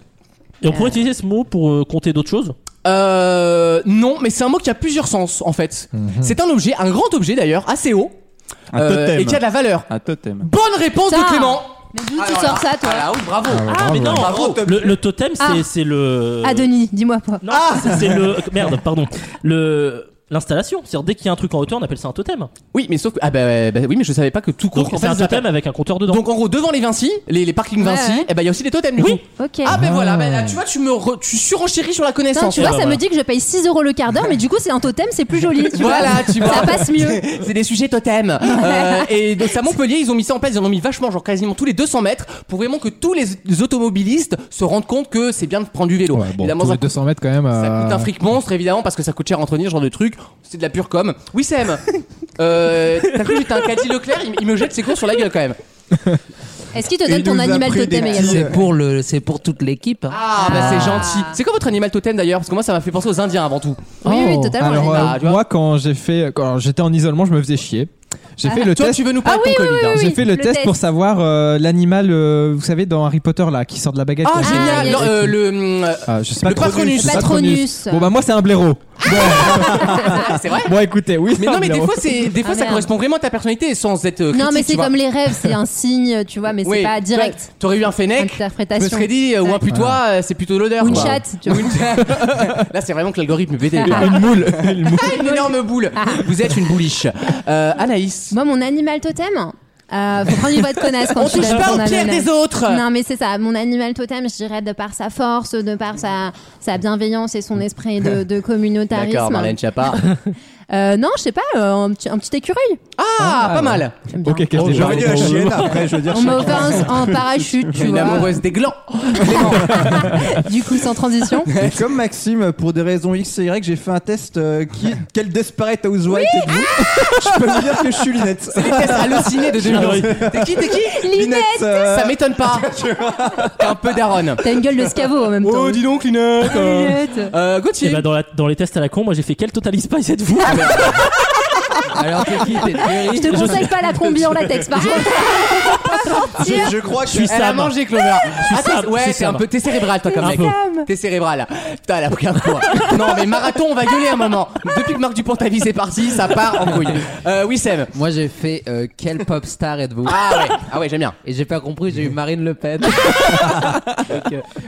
Speaker 5: Et on pourrait utiliser ce mot pour euh, compter d'autres choses
Speaker 2: Euh, non, mais c'est un mot qui a plusieurs sens en fait. C'est un objet, un grand objet d'ailleurs, assez haut,
Speaker 6: Mhm. Un
Speaker 2: euh, et
Speaker 6: totem.
Speaker 2: qui a de la valeur.
Speaker 6: Un totem.
Speaker 2: Bonne réponse de
Speaker 4: Ça.
Speaker 2: Clément.
Speaker 4: Mais d'où tu
Speaker 2: Alors
Speaker 4: sors
Speaker 2: là-
Speaker 4: ça, toi
Speaker 2: Ah là, oui, bravo.
Speaker 3: Ah, bah, bravo.
Speaker 2: bravo.
Speaker 5: Le, le totem, c'est
Speaker 4: Ah.
Speaker 5: c'est le.
Speaker 4: Ah, Denis, dis-moi pas.
Speaker 5: Non, c'est c'est le. Merde, pardon. Le. L'installation, c'est-à-dire dès qu'il y a un truc en hauteur, on appelle ça un totem.
Speaker 2: Oui, mais sauf que ah bah, bah oui, mais je savais pas que tout court.
Speaker 5: Donc
Speaker 2: en
Speaker 5: c'est
Speaker 2: fait,
Speaker 5: un
Speaker 2: ça
Speaker 5: totem avec un compteur dedans.
Speaker 2: Donc en gros devant les Vinci, les, les parkings
Speaker 4: Ouais,
Speaker 2: Vinci,
Speaker 4: ouais.
Speaker 2: eh ben il y a aussi des totems. du
Speaker 5: Oui.
Speaker 2: coup.
Speaker 4: Ok.
Speaker 2: Ah ben
Speaker 3: Ah.
Speaker 2: voilà, ben là, tu vois, tu me re- tu surenchéris sur la
Speaker 4: Putain,
Speaker 2: connaissance.
Speaker 4: tu vois,
Speaker 5: bah
Speaker 4: ça
Speaker 5: voilà.
Speaker 4: me dit que je paye 6 euros le quart d'heure, mais du coup, c'est un totem, c'est plus joli. Tu
Speaker 2: Voilà,
Speaker 4: vois.
Speaker 2: tu vois.
Speaker 4: Ça passe mieux.
Speaker 2: C'est des sujets totems. Euh, et donc, c'est à Montpellier, ils ont mis ça en place, ils en ont mis vachement, genre quasiment tous les 200 mètres, pour vraiment que tous les, les automobilistes se rendent compte que c'est bien de prendre du vélo.
Speaker 3: Ouais, bon,
Speaker 2: évidemment,
Speaker 3: tous
Speaker 2: ça,
Speaker 3: les 200 mètres quand même.
Speaker 2: ça
Speaker 3: euh,
Speaker 2: coûte un fric monstre, évidemment, parce que ça coûte cher à entretenir, ce genre de truc. C'est de la pure com. Oui, Sam, euh, t'as cru que j'étais un caddie Leclerc, il, il me jette ses cours sur la gueule quand même.
Speaker 4: Est-ce qu'il te
Speaker 6: Il
Speaker 4: donne ton
Speaker 6: nous a
Speaker 4: animal
Speaker 6: pris
Speaker 4: totem
Speaker 6: des
Speaker 4: également
Speaker 6: petits-
Speaker 7: C'est pour, le, c'est pour toute l'équipe. hein.
Speaker 2: Ah, bah c'est gentil. C'est quoi votre animal totem d'ailleurs Parce que moi, ça m'a fait penser aux Indiens avant tout.
Speaker 4: Oui, oui,
Speaker 7: Oh.
Speaker 4: totalement.
Speaker 3: Alors,
Speaker 4: ouais.
Speaker 3: euh,
Speaker 2: Ah, tu vois.
Speaker 3: moi, quand j'ai fait. Quand j'étais en isolement, je me faisais chier. J'ai fait le
Speaker 2: Toi,
Speaker 3: test.
Speaker 2: tu veux nous parler
Speaker 4: Ah
Speaker 2: de ton
Speaker 4: oui,
Speaker 2: Covid hein.
Speaker 4: oui,
Speaker 3: J'ai fait le,
Speaker 4: le
Speaker 3: test,
Speaker 4: test.
Speaker 3: pour savoir euh, l'animal, euh, vous savez, dans Harry Potter là, qui sort de la baguette.
Speaker 2: Ah,
Speaker 3: là.
Speaker 2: génial
Speaker 4: yes.
Speaker 2: Non, euh, Le. euh,
Speaker 3: Ah, je sais pas
Speaker 2: Le
Speaker 3: trop.
Speaker 2: patronus.
Speaker 3: Je sais pas
Speaker 4: Patronus.
Speaker 3: trop. Bon bah moi c'est un blaireau.
Speaker 2: ah, c'est vrai
Speaker 3: Bon écoutez, oui.
Speaker 2: Mais
Speaker 3: c'est
Speaker 2: non,
Speaker 3: un
Speaker 2: mais des
Speaker 3: blaireau.
Speaker 2: fois, c'est, des fois
Speaker 4: Ah,
Speaker 2: ça
Speaker 4: merde.
Speaker 2: correspond vraiment à ta personnalité sans être. euh,
Speaker 4: Non,
Speaker 2: critique,
Speaker 4: mais
Speaker 2: tu
Speaker 4: c'est
Speaker 2: vois.
Speaker 4: comme les rêves, c'est un signe, tu vois, mais
Speaker 2: Oui,
Speaker 4: c'est pas
Speaker 2: tu
Speaker 4: direct.
Speaker 2: vois, T'aurais eu un fennec, je me
Speaker 4: Interprétation.
Speaker 2: serais dit, euh, ou un putois, euh, c'est plutôt l'odeur.
Speaker 4: Ou une
Speaker 2: quoi.
Speaker 4: chatte, tu
Speaker 2: Ou
Speaker 4: vois.
Speaker 2: une chatte. Là, c'est vraiment que l'algorithme est pété. le gars.
Speaker 3: une moule. Une moule.
Speaker 2: Une énorme boule. Vous êtes une bouliche. Euh, Anaïs.
Speaker 4: Moi, mon animal totem, euh, faut prendre une voix de connasse quand
Speaker 2: On
Speaker 4: tu
Speaker 2: touche
Speaker 4: donnes
Speaker 2: pas
Speaker 4: ton
Speaker 2: aux pierres
Speaker 4: ananas.
Speaker 2: des autres.
Speaker 4: Non, mais c'est ça. Mon animal totem, je dirais, de par sa force, de par sa, sa bienveillance et son esprit de, de communautarisme.
Speaker 2: D'accord, Marlène Chapard.
Speaker 4: Euh, non, je sais pas, euh, un, petit, un petit écureuil.
Speaker 2: Ah, pas mal.
Speaker 4: J'aime bien.
Speaker 3: Ok,
Speaker 2: Oh,
Speaker 3: qu'est-ce que
Speaker 6: J'ai
Speaker 3: j'ai
Speaker 6: envie de la chienne après, je veux dire.
Speaker 4: On m'a offert un- en parachute, tu
Speaker 2: Une
Speaker 4: vois.
Speaker 2: amoureuse des glands.
Speaker 4: Du coup, sans transition.
Speaker 6: Et comme Maxime, pour des raisons X et Y, j'ai fait un test euh, qui quel desperate housewife êtes-vous Je peux vous dire que je suis Linette.
Speaker 2: Ah C'est les tests hallucinés de 2011. T'es qui, t'es qui
Speaker 4: Linette,
Speaker 6: euh,
Speaker 2: Ça m'étonne pas. T'es un peu daronne.
Speaker 4: t'as une gueule de scavo en même temps.
Speaker 2: Oh,
Speaker 4: Ah,
Speaker 2: dis donc, Linette.
Speaker 4: Linette.
Speaker 2: Euh,
Speaker 5: Et
Speaker 2: Gauthier.
Speaker 5: bah, dans, la- dans les tests à la con, moi j'ai fait quel Total Spice êtes-vous
Speaker 7: Alors t'es qui T'es Thierry
Speaker 4: Je te conseille pas la combi en latex, par contre.
Speaker 6: je, je crois que
Speaker 5: Je suis
Speaker 2: Elle a
Speaker 5: Sam.
Speaker 2: mangé Clover. Ah, t'es-
Speaker 5: Sam, je
Speaker 2: ouais,
Speaker 5: suis
Speaker 2: t'es un
Speaker 5: Sam.
Speaker 2: peu, t'es cérébral toi comme mec. T'es cérébral. Putain, elle a pris un point. non, mais marathon, on va gueuler un moment. Depuis que Marc Dupont vie c'est parti, ça part en couille. Euh, oui, Sam.
Speaker 7: Moi j'ai fait euh, quel pop star êtes-vous
Speaker 2: Ah ouais, ah ouais, j'aime bien.
Speaker 7: Et j'ai pas compris, j'ai eu Marine Le Pen. euh,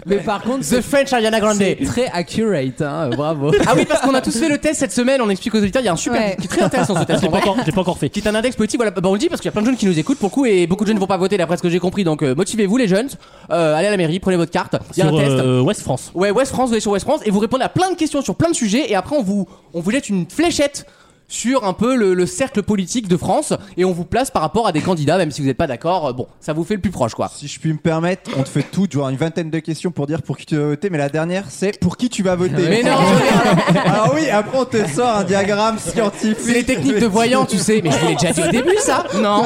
Speaker 7: Mais par contre,
Speaker 2: The French Ariana Grande.
Speaker 7: c'est très accurate, hein, bravo.
Speaker 2: Ah oui, parce qu'on a tous fait le test cette semaine. On explique aux auditeurs, il y a un super
Speaker 4: Ouais.
Speaker 2: qui est très intéressant ce test. en
Speaker 5: J'ai pas
Speaker 2: vrai,
Speaker 5: encore- j'ai pas encore fait.
Speaker 2: Qui est un index petit, voilà, bah on le dit parce qu'il y a plein de jeunes qui nous écoutent pour le coup et beaucoup de jeunes ne vont pas voter d'après ce que j'ai compris. Donc euh, motivez-vous les jeunes, Euh, allez à la mairie, prenez votre carte. Il y a
Speaker 5: Sur
Speaker 2: un test.
Speaker 5: euh, West France.
Speaker 2: Ouais, West France, vous allez sur West France et vous répondez à plein de questions sur plein de sujets et après on vous, on vous jette une fléchette sur un peu le, le cercle politique de France et on vous place par rapport à des candidats, même si vous n'êtes pas d'accord, euh, bon, ça vous fait le plus proche quoi.
Speaker 6: Si je puis me permettre, on te fait tout, genre une vingtaine de questions pour dire pour qui tu vas voter, mais la dernière c'est pour qui tu vas voter.
Speaker 2: Mais non,
Speaker 6: Ah oui, après on te sort un diagramme scientifique.
Speaker 2: c'est les techniques de voyants, tu sais, mais je vous l'ai déjà dit au début ça Non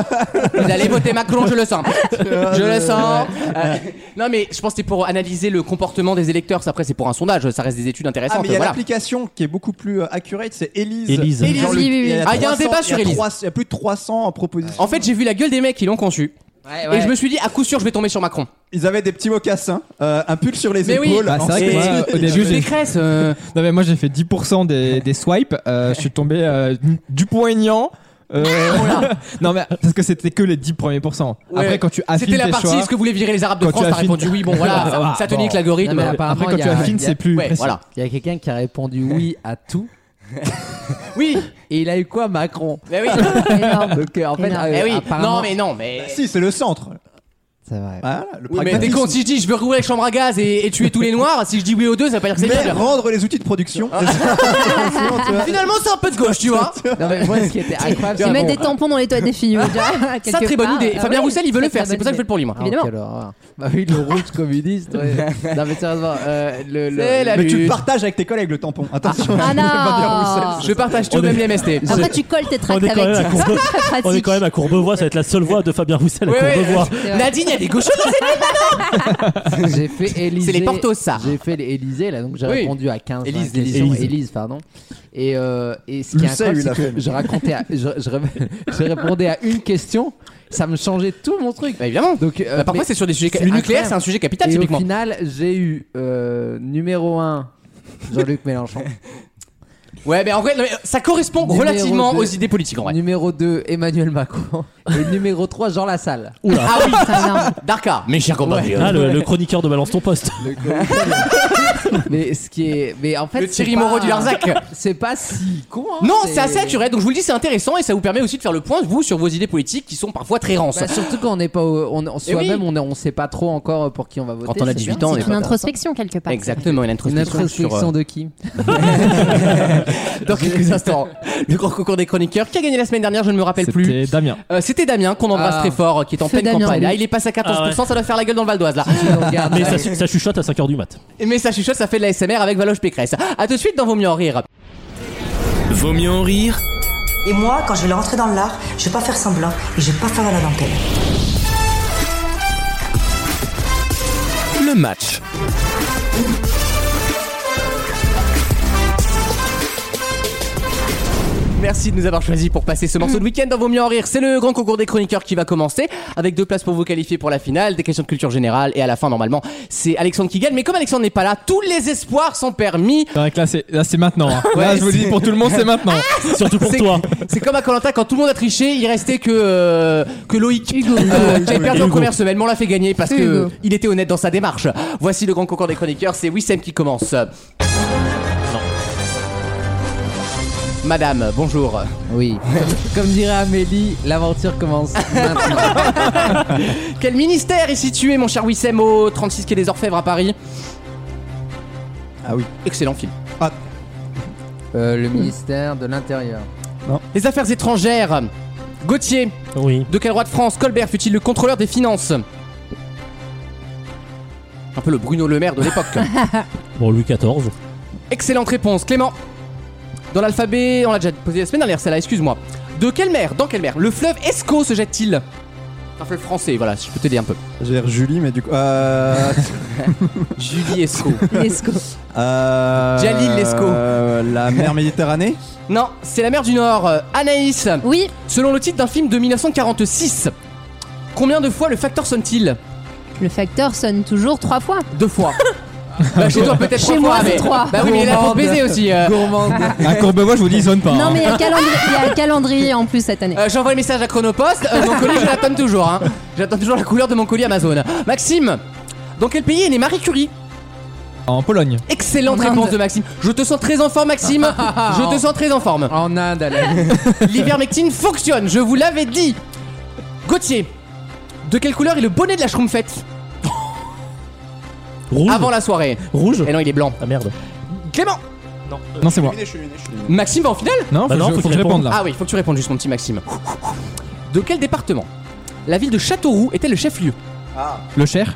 Speaker 2: Vous allez voter Macron, je le sens. Je le sens. Euh, non mais je pense que c'est pour analyser le comportement des électeurs, Ça, après c'est pour un sondage, ça reste des études
Speaker 6: Ah
Speaker 2: intéressantes.
Speaker 6: mais il y a
Speaker 2: voilà.
Speaker 6: l'application qui est beaucoup plus euh, accurate, c'est Elise.
Speaker 5: Élise.
Speaker 4: Élise.
Speaker 6: Genre le-
Speaker 4: Oui, oui, oui.
Speaker 2: Ah, il y a un
Speaker 6: 300
Speaker 2: débat sur
Speaker 6: il y a
Speaker 2: Élise. Ah.
Speaker 6: 300 Il y a plus de 300 en proposition.
Speaker 2: En fait j'ai vu la gueule des mecs qui l'ont conçu et je me suis dit à coup sûr je vais tomber sur Macron.
Speaker 6: Ils avaient des petits mocassins, euh, un pull sur les
Speaker 2: Mais oui.
Speaker 6: épaules.
Speaker 3: Bah, c'est vrai que
Speaker 6: Et-
Speaker 3: moi, au début, j'ai-
Speaker 2: Pécresse, euh,
Speaker 3: Non mais moi j'ai fait 10% des, des swipes. euh, je suis tombé euh, du poignant. euh, non mais parce que c'était que les 10 premiers pourcents.
Speaker 2: Ouais.
Speaker 3: Après quand tu affines
Speaker 2: C'était la
Speaker 3: tes
Speaker 2: partie,
Speaker 3: choix,
Speaker 2: est-ce que vous voulez virer les Arabes de
Speaker 3: Quand
Speaker 2: France
Speaker 3: tu
Speaker 2: T'as
Speaker 3: affines-
Speaker 2: répondu oui, bon voilà, ça, ça te
Speaker 3: Bon.
Speaker 2: nique l'algorithme.
Speaker 7: Non, mais
Speaker 2: Ouais,
Speaker 7: apparemment,
Speaker 3: après quand
Speaker 7: il y
Speaker 3: tu
Speaker 7: a-
Speaker 3: affines
Speaker 7: il y a-
Speaker 3: c'est plus
Speaker 2: ouais,
Speaker 3: précis.
Speaker 2: voilà.
Speaker 7: Il y a quelqu'un qui a répondu oui à tout.
Speaker 2: Oui,
Speaker 7: Et il a eu quoi, Macron
Speaker 2: mais oui.
Speaker 4: Énorme.
Speaker 7: Donc euh, en fait,
Speaker 4: Énorme.
Speaker 7: euh,
Speaker 2: mais Eh oui.
Speaker 7: apparemment-
Speaker 6: Ah,
Speaker 2: Non, mais non, mais.
Speaker 6: Si, c'est le centre.
Speaker 7: C'est vrai.
Speaker 6: Voilà, le
Speaker 2: Oui, mais t'es
Speaker 6: pragmatisme.
Speaker 2: con, si je dis je veux rouvrir les chambres à gaz et, et tuer tous les noirs, si je dis oui aux deux, ça veut pas dire que c'est Ah.
Speaker 6: mais
Speaker 2: bien.
Speaker 6: rendre les outils de production.
Speaker 2: Finalement, c'est un peu de gauche, tu vois.
Speaker 7: Non, mais moi, ce qui était incroyable,
Speaker 4: Tu
Speaker 7: c'est
Speaker 4: mets
Speaker 7: bon,
Speaker 4: des tampons dans les toilettes des filles. ou déjà,
Speaker 2: Ça,
Speaker 4: quelque
Speaker 2: très bonne
Speaker 4: part.
Speaker 2: idée.
Speaker 4: Ah
Speaker 2: Fabien
Speaker 4: oui,
Speaker 2: Roussel, il veut le
Speaker 4: très
Speaker 2: faire, c'est
Speaker 4: bonne
Speaker 2: pour ça que je fais
Speaker 4: idée.
Speaker 2: le pour libre.
Speaker 7: Ah,
Speaker 4: évidemment.
Speaker 7: quelle horreur. Bah oui, le rouge communiste. ouais. non, mais sérieusement, euh, le, le-
Speaker 2: C'est la
Speaker 6: Mais tu
Speaker 2: lutte.
Speaker 6: partages avec tes collègues le tampon. Attention.
Speaker 4: Ah non
Speaker 2: Je partage tout,
Speaker 5: On est-
Speaker 2: même les MST.
Speaker 4: Après, tu colles tes
Speaker 5: On
Speaker 4: tracts
Speaker 5: est, quand même à
Speaker 4: avec. Ah,
Speaker 5: Courbe-
Speaker 4: Très pratique.
Speaker 5: on est quand même à Courbevoie, ça va être la seule voix de Fabien Roussel à
Speaker 2: Oui, oui,
Speaker 5: Courbevoie.
Speaker 4: C'est vrai.
Speaker 2: Nadine, il y a des gauchos dans cette
Speaker 7: J'ai fait Élysée.
Speaker 2: C'est les portossards.
Speaker 7: J'ai fait les Élysée là, donc j'ai
Speaker 2: Ah. Oui.
Speaker 7: répondu à 15
Speaker 2: Élise,
Speaker 7: Élise,
Speaker 5: Élise. Élise.
Speaker 7: Élise, pardon. Et, euh, et ce qui est
Speaker 6: Lucet,
Speaker 7: incroyable,
Speaker 6: lui, l'a
Speaker 7: c'est
Speaker 6: fait.
Speaker 7: que je racontais, à- je, je ré- je répondais à une question, ça me changeait tout mon truc.
Speaker 2: Bah, évidemment.
Speaker 7: Donc, euh,
Speaker 2: Bah, parfois,
Speaker 7: mais-
Speaker 2: c'est sur des sujets.
Speaker 7: c'est
Speaker 2: Le nucléaire,
Speaker 7: incroyable.
Speaker 2: c'est un sujet capital,
Speaker 7: Et au
Speaker 2: typiquement.
Speaker 7: final, j'ai eu euh, numéro 1 Jean-Luc Mélenchon,
Speaker 2: Ouais, mais en vrai, non, mais ça correspond
Speaker 7: Numéro
Speaker 2: relativement
Speaker 7: deux.
Speaker 2: aux idées politiques, en vrai.
Speaker 7: numéro 2 Emmanuel Macron et numéro 3 Jean Lassalle.
Speaker 2: Ah oui,
Speaker 4: Très bien.
Speaker 2: Darka. Mes chers compatriotes.
Speaker 5: Ah, le, le chroniqueur de Balance ton poste.
Speaker 7: mais ce qui est, mais en fait,
Speaker 2: Le
Speaker 7: c'est
Speaker 2: Thierry
Speaker 7: pas-
Speaker 2: Moreau du Larzac.
Speaker 7: C'est pas si con. hein,
Speaker 2: Non, c'est assez naturel, donc je vous le dis, c'est intéressant et ça vous permet aussi de faire le point, vous, sur vos idées politiques qui sont parfois très rances.
Speaker 7: Bah, surtout quand on n'est pas au- on, on- soi-même on, est- on sait pas trop encore euh, pour qui on va voter.
Speaker 2: Quand on a
Speaker 7: c'est
Speaker 2: 18
Speaker 7: bien.
Speaker 2: ans, on est
Speaker 4: C'est une introspection quelque part.
Speaker 2: Exactement, une
Speaker 7: Une
Speaker 2: introspection,
Speaker 7: introspection
Speaker 2: sur,
Speaker 7: de qui
Speaker 2: euh, dans quelques instants. Le grand concours des chroniqueurs qui a gagné la semaine dernière, je ne me rappelle plus.
Speaker 3: C'était Damien.
Speaker 2: Euh, C'était Damien qu'on embrasse
Speaker 7: Ah.
Speaker 2: très fort, euh, qui est en
Speaker 4: Feu
Speaker 2: pleine
Speaker 4: Damien,
Speaker 2: campagne.
Speaker 4: oui.
Speaker 2: Ah, il est passé à 14%, ça doit faire la gueule dans le Val d'Oise là.
Speaker 7: Tu le regardes,
Speaker 5: Mais
Speaker 7: là,
Speaker 5: ça,
Speaker 7: et-
Speaker 5: su- ça chuchote à 5h du mat.
Speaker 2: Mais ça chuchote, ça fait de la SMR avec Valoche Pécresse. À tout de suite dans Vaut mieux en rire.
Speaker 1: Vaut mieux en rire
Speaker 10: Ah. Et moi, quand je vais rentrer dans l'art, je vais pas faire semblant et je vais pas faire à la dentelle.
Speaker 1: le match.
Speaker 2: Merci de nous avoir choisis pour passer ce
Speaker 5: Mm.
Speaker 2: morceau de week-end dans Vaut mieux en rire. C'est le grand concours des chroniqueurs qui va commencer avec deux places pour vous qualifier pour la finale, des questions de culture générale et à la fin normalement c'est Alexandre qui gagne. Mais comme Alexandre n'est pas là, tous les espoirs sont permis.
Speaker 3: C'est vrai que là, c'est là, c'est maintenant. hein.
Speaker 2: Ouais,
Speaker 3: là, je vous le
Speaker 2: c'est-
Speaker 3: dis, pour tout le monde, c'est maintenant.
Speaker 5: Surtout pour
Speaker 2: C'est-
Speaker 5: toi.
Speaker 2: C'est comme à Colanta quand tout le monde a triché, il restait que euh, que Loïc euh, qui avait perdu en
Speaker 5: Hugo.
Speaker 2: première semaine, mais on l'a fait gagner parce que
Speaker 4: Hugo.
Speaker 2: il était honnête dans sa démarche. Voici le grand concours des chroniqueurs, c'est Wissem qui commence. Madame, bonjour.
Speaker 7: Oui. Comme dirait Amélie, l'aventure commence maintenant.
Speaker 2: Quel ministère est situé, mon cher Wissem, au 36 quai des Orfèvres à Paris
Speaker 6: Ah oui.
Speaker 2: Excellent film.
Speaker 7: Euh, le ministère de l'Intérieur.
Speaker 2: Les affaires étrangères. Gauthier,
Speaker 5: Oui.
Speaker 2: de quel roi de France Colbert fut-il le contrôleur des finances Un peu le Bruno Le Maire de l'époque.
Speaker 5: Bon, Louis XIV.
Speaker 2: Excellente réponse, Clément. Dans l'alphabet, on l'a déjà posé la semaine dernière, celle-là, excuse-moi. De quelle mer Dans quelle mer Le fleuve Escaut se jette-t-il Un fleuve français, voilà, si je peux t'aider un peu.
Speaker 6: J'ai l'air Julie, mais du coup. Euh.
Speaker 2: Julie Escaut.
Speaker 4: Lesco.
Speaker 6: euh,
Speaker 2: Jalil Lescaut.
Speaker 6: euh, La mer Méditerranée.
Speaker 2: non, c'est la mer du Nord. Euh, Anaïs,
Speaker 4: Oui,
Speaker 2: selon le titre d'un film de 1946, combien de fois le facteur sonne-t-il
Speaker 4: le facteur sonne toujours trois fois.
Speaker 2: Deux fois. bah, chez toi, peut-être
Speaker 4: Chez
Speaker 2: trois
Speaker 4: moi,
Speaker 2: fois,
Speaker 4: c'est
Speaker 2: mais-
Speaker 4: trois.
Speaker 2: Bah oui, mais il est là pour
Speaker 7: Gourmande.
Speaker 2: baiser aussi. euh.
Speaker 7: Gourmande.
Speaker 3: À Courbevoie, je vous le dis, ils sonnent pas.
Speaker 4: Non,
Speaker 3: hein.
Speaker 4: mais il y a le calendrier- il y a le calendrier en plus cette année.
Speaker 2: Euh, J'envoie le message à Chronopost. Euh, mon colis, je l'attends toujours. hein. J'attends toujours la couleur de mon colis Amazon. Maxime, dans quel pays est née Marie Curie
Speaker 3: En Pologne.
Speaker 2: Excellente
Speaker 4: En Inde.
Speaker 2: réponse de Maxime. Je te sens très en forme, Maxime. Je te sens très en forme.
Speaker 4: Ah.
Speaker 7: En Inde, elle a-
Speaker 2: L'ivermectine fonctionne, je vous l'avais dit. Gauthier, de quelle couleur est le bonnet de la Schrumpfette
Speaker 5: Rouge.
Speaker 2: avant la soirée
Speaker 5: Rouge.
Speaker 2: Eh non, il est blanc.
Speaker 5: Ah merde.
Speaker 2: Clément
Speaker 5: Non.
Speaker 3: Non, c'est moi.
Speaker 2: Maxime va en finale
Speaker 3: Non, faut,
Speaker 5: Bah non,
Speaker 3: que, je- faut que je réponde là.
Speaker 2: Ah oui, faut que tu répondes juste, mon petit Maxime. De quel département la ville de Châteauroux était le chef-lieu
Speaker 3: Le Cher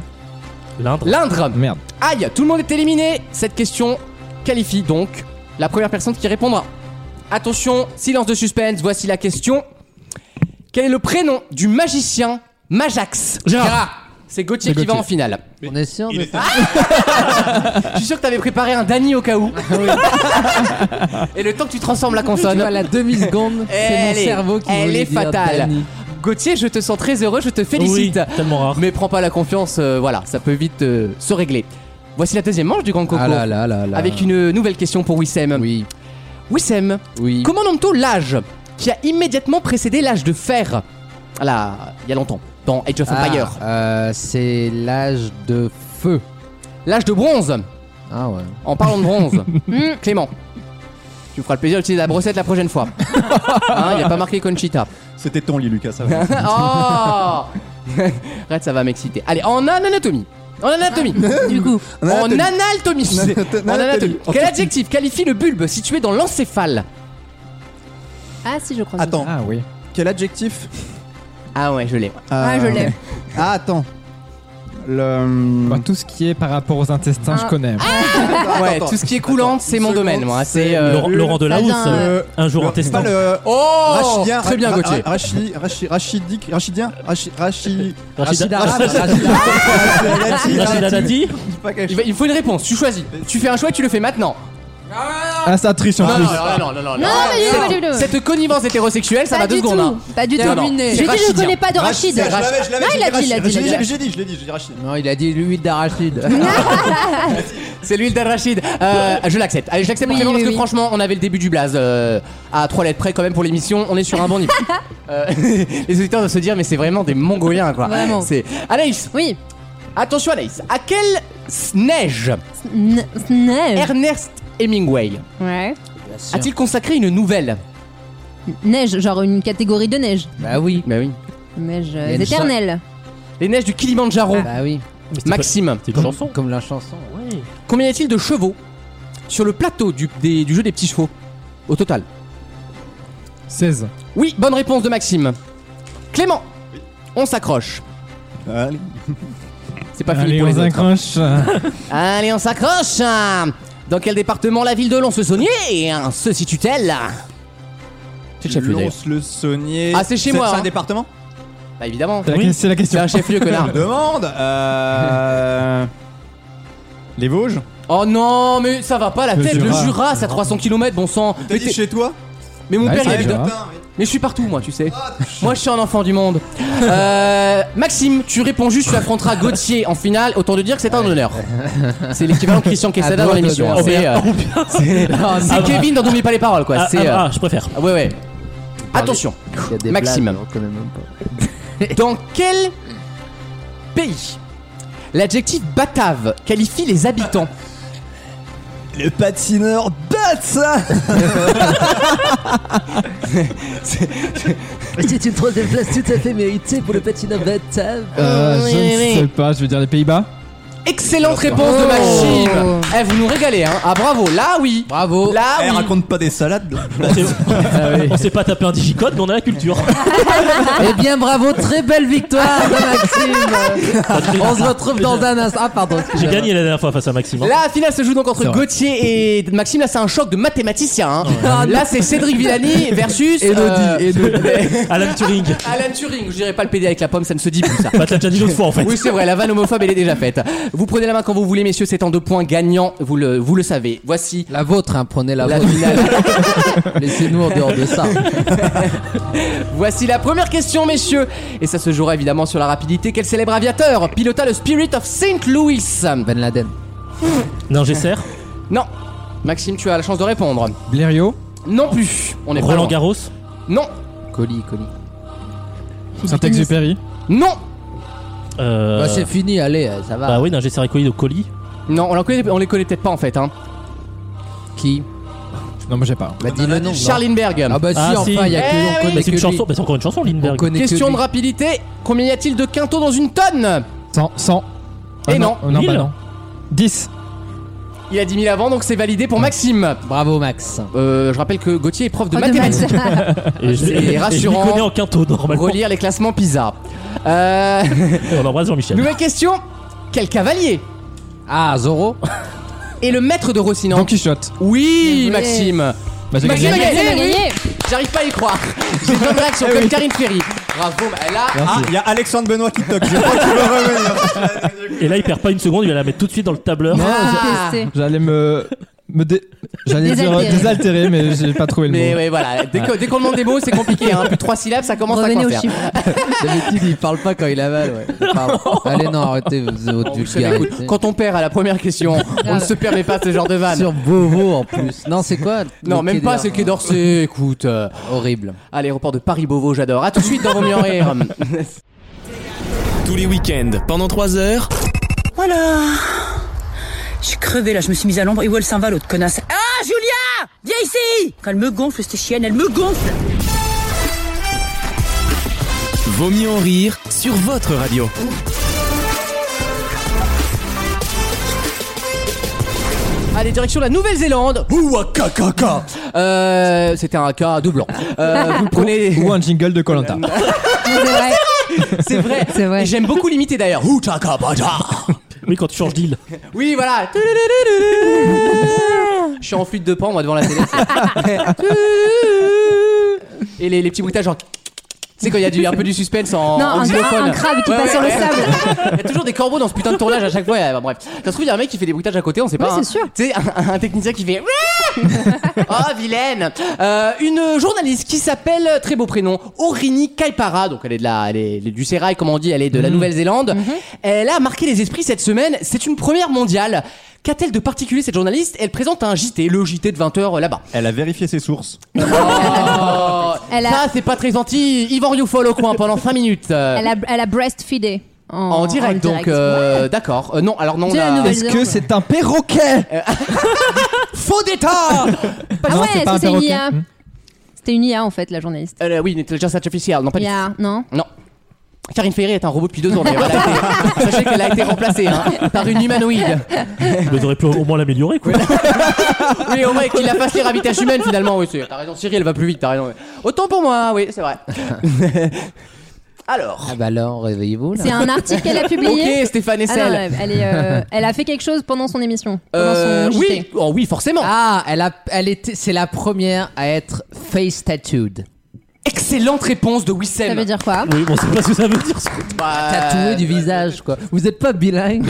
Speaker 5: L'Indre.
Speaker 2: L'Indre.
Speaker 3: Merde.
Speaker 2: Aïe, tout le monde est éliminé. Cette question qualifie donc la première personne qui répondra. Attention, silence de suspense, voici la question. Quel est le prénom du magicien Majax
Speaker 5: Gérard.
Speaker 2: C'est Gauthier,
Speaker 3: C'est
Speaker 2: qui va
Speaker 3: Gauthier.
Speaker 2: en finale.
Speaker 7: On est sûr de ça
Speaker 2: Je suis sûr que t'avais préparé un Dany au cas où. Et le temps que tu transformes la
Speaker 7: Tu
Speaker 2: consonne.
Speaker 7: vois, la demi-seconde, c'est mon
Speaker 2: Elle est-
Speaker 7: cerveau qui
Speaker 2: elle
Speaker 7: voulait
Speaker 2: est
Speaker 7: dire
Speaker 2: fatale.
Speaker 7: Dany.
Speaker 2: Gauthier, je te sens très heureux, je te
Speaker 5: Oui,
Speaker 2: félicite.
Speaker 5: tellement rare.
Speaker 2: Mais prends pas la confiance, euh, voilà, ça peut vite euh, se régler. Voici la deuxième manche du Grand Coco.
Speaker 7: Ah là là là là.
Speaker 2: Avec une nouvelle question pour Wissem.
Speaker 7: Oui,
Speaker 2: Wissem,
Speaker 7: oui.
Speaker 2: Comment nomme-t-on l'âge qui a immédiatement précédé l'âge de fer Ah Là, il y a longtemps, dans Age of
Speaker 7: Ah,
Speaker 2: Empire.
Speaker 7: euh, c'est l'âge de feu.
Speaker 2: L'âge de bronze,
Speaker 7: Ah ouais.
Speaker 2: en parlant de bronze. Hmm, Clément, tu me feras le plaisir d'utiliser la brossette la prochaine fois. Hein, Il n'y a pas marqué Conchita.
Speaker 6: C'était ton lit, Lucas. Ça va.
Speaker 2: oh Arrête, ça va m'exciter. Allez, en anatomie. En anatomie.
Speaker 4: Du coup.
Speaker 2: En
Speaker 6: anatomie.
Speaker 2: analtomie.
Speaker 6: En
Speaker 2: En anatomie.
Speaker 6: anatomie.
Speaker 2: Quel adjectif qualifie le bulbe situé dans l'encéphale
Speaker 4: Ah si, je crois. que
Speaker 6: Attends,
Speaker 3: Ah oui.
Speaker 6: quel adjectif
Speaker 2: Ah ouais, je l'ai.
Speaker 4: Ah, je l'ai.
Speaker 6: Ah, attends. Le. hum,
Speaker 3: Bah, tout ce qui est par rapport aux intestins, je
Speaker 4: Ah.
Speaker 3: connais.
Speaker 6: Attends,
Speaker 2: Ouais,
Speaker 6: attends.
Speaker 2: tout ce qui est coulant, c'est
Speaker 6: une
Speaker 2: mon
Speaker 6: seconde,
Speaker 2: domaine, moi. C'est. euh,
Speaker 5: Laurent,
Speaker 6: le-
Speaker 5: Laurent Delahousse,
Speaker 4: Pas d'un-
Speaker 5: euh, un jour en
Speaker 6: Le- c'est
Speaker 5: testant.
Speaker 6: pas le.
Speaker 2: Oh
Speaker 6: Rachidien,
Speaker 2: Très bien,
Speaker 6: Ra-
Speaker 2: Gauthier.
Speaker 6: Ra- Rachi, Rachi, Rachidique, Rachidien, Rachi, Rachi.
Speaker 5: Rachida,
Speaker 6: Rachida,
Speaker 5: Rachida
Speaker 6: Rachida,
Speaker 5: Dati
Speaker 6: dis pas quelque
Speaker 2: Il,
Speaker 6: chose.
Speaker 2: va- il faut une réponse, tu choisis. Tu fais un choix et tu le fais maintenant.
Speaker 3: Ah, ça triche en
Speaker 2: Non,
Speaker 3: plus.
Speaker 2: non, non, non, non, non, non.
Speaker 4: Non, mais non, mais non.
Speaker 2: Cette connivence hétérosexuelle, ça
Speaker 4: Pas
Speaker 2: va deux
Speaker 4: du
Speaker 2: secondes. hein.
Speaker 4: tout. Pas du tout.
Speaker 2: Non, non.
Speaker 4: J'ai
Speaker 2: C'est
Speaker 4: dit je
Speaker 2: Rachid,
Speaker 4: connais pas de
Speaker 6: Rachid,
Speaker 4: Rachid.
Speaker 6: je l'avais, je l'avais,
Speaker 4: Non,
Speaker 6: j'ai
Speaker 4: il a dit, il a
Speaker 6: Rachid,
Speaker 4: dit, il a
Speaker 6: j'ai-
Speaker 4: dit.
Speaker 6: J'ai dit, je l'ai dit, j'ai dit Rachid.
Speaker 7: Non, il a dit l'huile d'arachide.
Speaker 2: C'est l'huile d'arachide. Euh, je l'accepte. Allez, je l'accepte
Speaker 4: Oui,
Speaker 2: vraiment
Speaker 4: oui,
Speaker 2: parce que
Speaker 4: oui.
Speaker 2: franchement, on avait le début du blaze euh, à trois lettres près quand même pour l'émission. On est sur un bon niveau. Euh, les auditeurs doivent se dire, mais c'est vraiment des Mongoliens quoi.
Speaker 4: Vraiment.
Speaker 2: C'est Anaïs.
Speaker 4: Oui.
Speaker 2: Attention Anaïs. À quelle s- neige
Speaker 4: Sn- Neige.
Speaker 2: Ernest Hemingway
Speaker 4: Ouais.
Speaker 2: a-t-il consacré une nouvelle
Speaker 4: Neige, genre une catégorie de neige.
Speaker 7: bah oui.
Speaker 2: Bah oui.
Speaker 4: Neige
Speaker 7: Il y a
Speaker 4: euh,
Speaker 7: une
Speaker 4: éternelle.
Speaker 2: Les neiges du Kilimandjaro.
Speaker 7: Bah oui.
Speaker 2: Maxime.
Speaker 5: C'est une chanson.
Speaker 7: Comme la chanson.
Speaker 5: Ouais.
Speaker 2: Combien y a-t-il de chevaux sur le plateau du, des- du jeu des petits chevaux Au total
Speaker 3: 16.
Speaker 2: Oui, bonne réponse de Maxime. Clément, on s'accroche.
Speaker 6: Allez.
Speaker 2: C'est pas fini Ah,
Speaker 3: Allez,
Speaker 2: pour les
Speaker 3: on
Speaker 2: autres.
Speaker 3: accroche.
Speaker 2: Allez, on s'accroche. Dans quel département la ville de Lons-le-Saunier hein, se situe-t-elle C'est le chef-lieu d'ailleurs.
Speaker 6: Lons-le-Saunier.
Speaker 2: Ah, c'est chez moi,
Speaker 6: C'est un
Speaker 2: hein.
Speaker 6: département
Speaker 2: Bah évidemment.
Speaker 3: C'est la que- c'est la
Speaker 2: C'est
Speaker 3: question.
Speaker 2: un chef-lieu, connard.
Speaker 6: Demande euh, Les Vosges
Speaker 2: Oh non, mais ça va pas la
Speaker 3: Le
Speaker 2: tête. Le
Speaker 3: Jura.
Speaker 2: Jura, c'est à 300 km, bon sang.
Speaker 6: T'as
Speaker 2: Mais,
Speaker 6: dit
Speaker 2: t'es-
Speaker 6: chez toi
Speaker 2: mais mon
Speaker 3: Ouais,
Speaker 2: père,
Speaker 3: hein.
Speaker 2: il
Speaker 3: Bah, c'est
Speaker 2: habite-
Speaker 3: le Jura.
Speaker 6: Putain,
Speaker 2: Mais je suis partout, moi, tu sais.
Speaker 7: Ah,
Speaker 2: Moi, je suis un enfant du monde. Euh, Maxime, tu réponds juste, tu affronteras Gauthier en finale. Autant te dire que c'est un honneur. C'est l'équivalent de Christian Quesada
Speaker 7: Ah,
Speaker 2: dans
Speaker 7: bon
Speaker 2: l'émission.
Speaker 7: honneur.
Speaker 2: hein. C'est euh, c'est- non, c'est
Speaker 5: Ah,
Speaker 2: Kevin, dont n'oublie pas les paroles, quoi.
Speaker 5: Ah,
Speaker 2: C'est.
Speaker 5: ah,
Speaker 2: euh,
Speaker 5: ah, je préfère.
Speaker 2: ah, ouais, ouais. Attention.
Speaker 7: Il y a des
Speaker 2: Maxime.
Speaker 7: blagues, on connaît même pas.
Speaker 2: Dans quel pays l'adjectif batave qualifie les habitants
Speaker 6: Le patineur bat ça
Speaker 7: C'est une drôle de place tout à fait méritée pour le patineur Batave.
Speaker 3: Euh,
Speaker 2: Oui,
Speaker 3: je
Speaker 2: oui, oui.
Speaker 3: ne sais pas, je vais dire les Pays-Bas.
Speaker 2: Excellente
Speaker 4: Oh.
Speaker 2: réponse
Speaker 7: Oh.
Speaker 2: de Maxime. Eh, vous nous régalez, hein. Ah, bravo. Là, oui.
Speaker 7: Bravo.
Speaker 2: Là,
Speaker 6: Eh,
Speaker 2: oui.
Speaker 6: raconte pas des salades là.
Speaker 5: Bah,
Speaker 2: Ah
Speaker 5: On s'est pas tapé un digicode, mais on a la culture.
Speaker 7: Eh bien, bravo, très belle
Speaker 2: Ah,
Speaker 7: victoire de Maxime. on se retrouve
Speaker 2: Euh,
Speaker 7: dans un instant. Ah, pardon.
Speaker 5: J'ai
Speaker 7: excusez-moi.
Speaker 5: gagné la dernière fois face à Maxime. hein.
Speaker 2: La finale se joue donc entre
Speaker 7: C'est vrai.
Speaker 2: Gauthier et Maxime. Là, c'est un choc de mathématiciens. hein. Là, c'est Cédric Villani versus euh,
Speaker 5: Alan Turing.
Speaker 2: Alan Turing. Je dirais pas le PD avec la pomme, ça ne se dit plus ça.
Speaker 5: Bah, t'as déjà dit l'autre fois en fait.
Speaker 2: Oui, c'est vrai, la vanne homophobe, elle est déjà faite. Vous prenez la main quand vous voulez, messieurs, c'est en deux points gagnants, vous le, vous le savez. Voici
Speaker 7: La vôtre, hein, prenez la,
Speaker 2: la
Speaker 7: vôtre.
Speaker 2: finale.
Speaker 7: Laissez-nous en dehors de ça.
Speaker 2: Voici la première question, messieurs. Et ça se jouera évidemment sur la rapidité. Quel célèbre aviateur pilota le Spirit of St. Louis
Speaker 7: Ben Laden.
Speaker 5: Non, j'essaie.
Speaker 2: Non. Maxime, tu as la chance de répondre.
Speaker 3: Blériot.
Speaker 2: Non plus. On est pas
Speaker 5: Roland
Speaker 2: loin.
Speaker 5: Garros.
Speaker 2: Non.
Speaker 7: Colis, colis.
Speaker 3: Saint-Exupéry.
Speaker 2: Non.
Speaker 5: Euh,
Speaker 7: Bah, c'est fini, allez, euh, ça va.
Speaker 5: Bah oui, non, j'essaie recoller au colis.
Speaker 2: Non, on, la connaît- on les connaît peut-être pas en fait. Hein.
Speaker 7: Qui
Speaker 3: Non, moi j'ai pas. hein.
Speaker 7: Bah, dis le nom. non
Speaker 2: Charlinberg.
Speaker 7: Ah, bah, si,
Speaker 5: Ah,
Speaker 7: enfin,
Speaker 5: si.
Speaker 7: il y a que
Speaker 2: Eh
Speaker 7: on
Speaker 2: oui.
Speaker 7: connaît
Speaker 5: Bah, c'est
Speaker 7: que
Speaker 5: une chanson,
Speaker 7: lui.
Speaker 5: bah, c'est encore une chanson,
Speaker 7: On
Speaker 5: Lindbergh.
Speaker 7: connaît
Speaker 2: Question
Speaker 7: que
Speaker 2: de
Speaker 7: lui.
Speaker 2: rapidité. Combien y a-t-il de quintaux dans une tonne
Speaker 3: 100. 100.
Speaker 2: Et non.
Speaker 3: Non, bah
Speaker 5: Mille.
Speaker 3: non. 10.
Speaker 2: Il a 10 000 avant, donc c'est validé pour Maxime.
Speaker 7: Bravo, Max.
Speaker 2: Euh, je rappelle que Gauthier est prof de
Speaker 4: Oh, de
Speaker 2: mathématiques.
Speaker 4: maths.
Speaker 5: Et je
Speaker 2: C'est
Speaker 5: et je m'y
Speaker 2: rassurant.
Speaker 5: connais en quinto normalement.
Speaker 2: Relire les classements PISA. Euh,
Speaker 5: On embrasse Jean-Michel.
Speaker 2: nouvelle question. Quel cavalier
Speaker 7: Ah, Zoro
Speaker 2: est le maître de Rocinante
Speaker 3: Don Quichotte.
Speaker 2: Oui,
Speaker 4: Bien joué.
Speaker 2: Maxime.
Speaker 3: Bah, j'ai
Speaker 2: Maxime
Speaker 3: gagné.
Speaker 2: a
Speaker 4: Maxime a
Speaker 2: gagné.
Speaker 4: gagné.
Speaker 2: J'arrive pas à y croire. J'ai plein de réactions comme Karine Ferry. Bravo, bah, là.
Speaker 6: Ah, il y a Alexandre Benoît qui toque, je crois qu'il va revenir.
Speaker 5: Et là, il perd pas une seconde, il va la mettre tout de suite dans le tableur.
Speaker 2: Ah.
Speaker 4: Testé.
Speaker 3: J'allais me. me dé- J'allais dire euh,
Speaker 4: Désaltérer.
Speaker 3: désaltérer, mais j'ai pas trouvé le
Speaker 2: Mais
Speaker 3: mot.
Speaker 2: ouais, voilà. Dès que- dès qu'on demande des mots, c'est compliqué. Hein. Plus de 3 syllabes, ça commence à
Speaker 4: Revenez aux
Speaker 2: coincer.
Speaker 4: chiffres.
Speaker 7: D'habitude, il parle pas quand il avale, ouais. Pardon. Allez, non, arrêtez, vous êtes
Speaker 2: Vous savez, écoute,
Speaker 7: vulgaire.
Speaker 2: hein. quand on perd à la première question, on ne se permet pas ce genre de vanne.
Speaker 7: Sur Beauvau en plus. Non, c'est quoi
Speaker 2: Non,
Speaker 7: le
Speaker 2: même
Speaker 7: Quai
Speaker 2: pas,
Speaker 7: d'Or-
Speaker 2: c'est le Quai d'Orsay, écoute. euh,
Speaker 7: Horrible.
Speaker 2: Allez, report de Paris-Beauvau, j'adore. À tout de suite dans Vos Mieux en Rire.
Speaker 1: Tous les week-ends, pendant 3 heures,
Speaker 10: Voilà. Je suis crevée là, je me suis mise à l'ombre. Et où elle s'en va l'autre connasse Ah, Julia Viens ici Quand elle me gonfle, cette chienne, elle me gonfle
Speaker 1: Vaut Vaut mieux en rire sur votre radio.
Speaker 2: Allez, direction la Nouvelle-Zélande. Ouakakaka. Euh, C'était un cas de blanc. Euh, vous le prenez.
Speaker 3: Ou un jingle de Colanta.
Speaker 2: Bah, C'est vrai.
Speaker 4: C'est vrai.
Speaker 2: Et J'aime beaucoup l'imiter d'ailleurs. Outakabata.
Speaker 5: Oui, quand tu changes d'île.
Speaker 2: Oui, voilà. Je suis en flûte de pan, moi, devant la télé. c'est- Et les, les petits bruitages, genre. Tu sais, quand il y a du, un peu du suspense en,
Speaker 4: Non,
Speaker 2: en
Speaker 4: un,
Speaker 2: xylophone.
Speaker 4: un crabe qui
Speaker 2: Ouais,
Speaker 4: passe
Speaker 2: ouais,
Speaker 4: sur le
Speaker 2: ouais.
Speaker 4: sable.
Speaker 2: Il y a toujours des corbeaux dans ce putain de tournage à chaque fois. et, bah, bref, ça se trouve, il y a un mec qui fait des bruitages à côté, on sait pas.
Speaker 4: Oui,
Speaker 2: hein.
Speaker 4: c'est sûr.
Speaker 2: Tu sais, un, un technicien qui fait. oh, vilaine Euh, Une journaliste qui s'appelle, très beau prénom, Orini Kaipara. Donc, elle est, de la, elle est, elle est du Sérail, comme on dit, elle est de la Nouvelle-Zélande. Elle a marqué les esprits cette semaine. C'est une première mondiale. Qu'a-t-elle de particulier cette journaliste Elle présente un JT, le JT de 20h là-bas.
Speaker 6: Elle a vérifié ses sources.
Speaker 2: Oh,
Speaker 4: Elle a-
Speaker 2: Ça, c'est pas très gentil. Yvan Rioufol au coin pendant 5 minutes. Euh,
Speaker 4: Elle a, elle a breastfeedé. En,
Speaker 2: En direct,
Speaker 4: en
Speaker 2: donc euh, d'accord. Euh, non, alors non, on
Speaker 4: C'est la
Speaker 2: a- Euh,
Speaker 4: nouvelle-
Speaker 3: Est-ce que c'est un perroquet
Speaker 2: Faux d'État
Speaker 4: Ah
Speaker 3: Non,
Speaker 4: ouais,
Speaker 3: c'est
Speaker 4: est-ce
Speaker 3: pas un
Speaker 4: que c'est une
Speaker 3: perroquet.
Speaker 4: IA
Speaker 3: Hmm.
Speaker 4: C'était une IA en fait, la journaliste.
Speaker 2: Euh, Oui, une intelligence artificielle, non pas du tout.
Speaker 4: IA, non
Speaker 2: Non. Karine Ferré est un robot depuis deux ans, d'ailleurs. Elle a été- Sachez qu'elle a été remplacée hein, par une humanoïde.
Speaker 5: Mais t'aurais pu au moins l'améliorer, quoi.
Speaker 2: Oui, au moins qu'il la fasse lire à vitesse humaine, finalement. Oui, c'est- t'as raison, Cyril, elle va plus vite, t'as raison. Autant pour moi, oui, c'est vrai. Alors.
Speaker 7: Ah bah alors, réveillez-vous là.
Speaker 4: C'est un article qu'elle a publié.
Speaker 2: Ok, Stéphane
Speaker 4: Ah non,
Speaker 2: Essel.
Speaker 4: elle, elle est, euh, elle a fait quelque chose pendant son émission. Pendant
Speaker 2: Euh,
Speaker 4: son
Speaker 2: oui,
Speaker 4: JT.
Speaker 2: oh, oui, forcément.
Speaker 7: Ah, elle a, elle était, c'est la première à être face tattooed.
Speaker 2: Excellente réponse de
Speaker 4: Ça
Speaker 2: Wissem.
Speaker 4: veut dire quoi
Speaker 5: Oui, bon, c'est pas ce que ça veut dire. ça.
Speaker 2: Bah,
Speaker 7: Tatouée du visage quoi. Vous êtes pas bilingue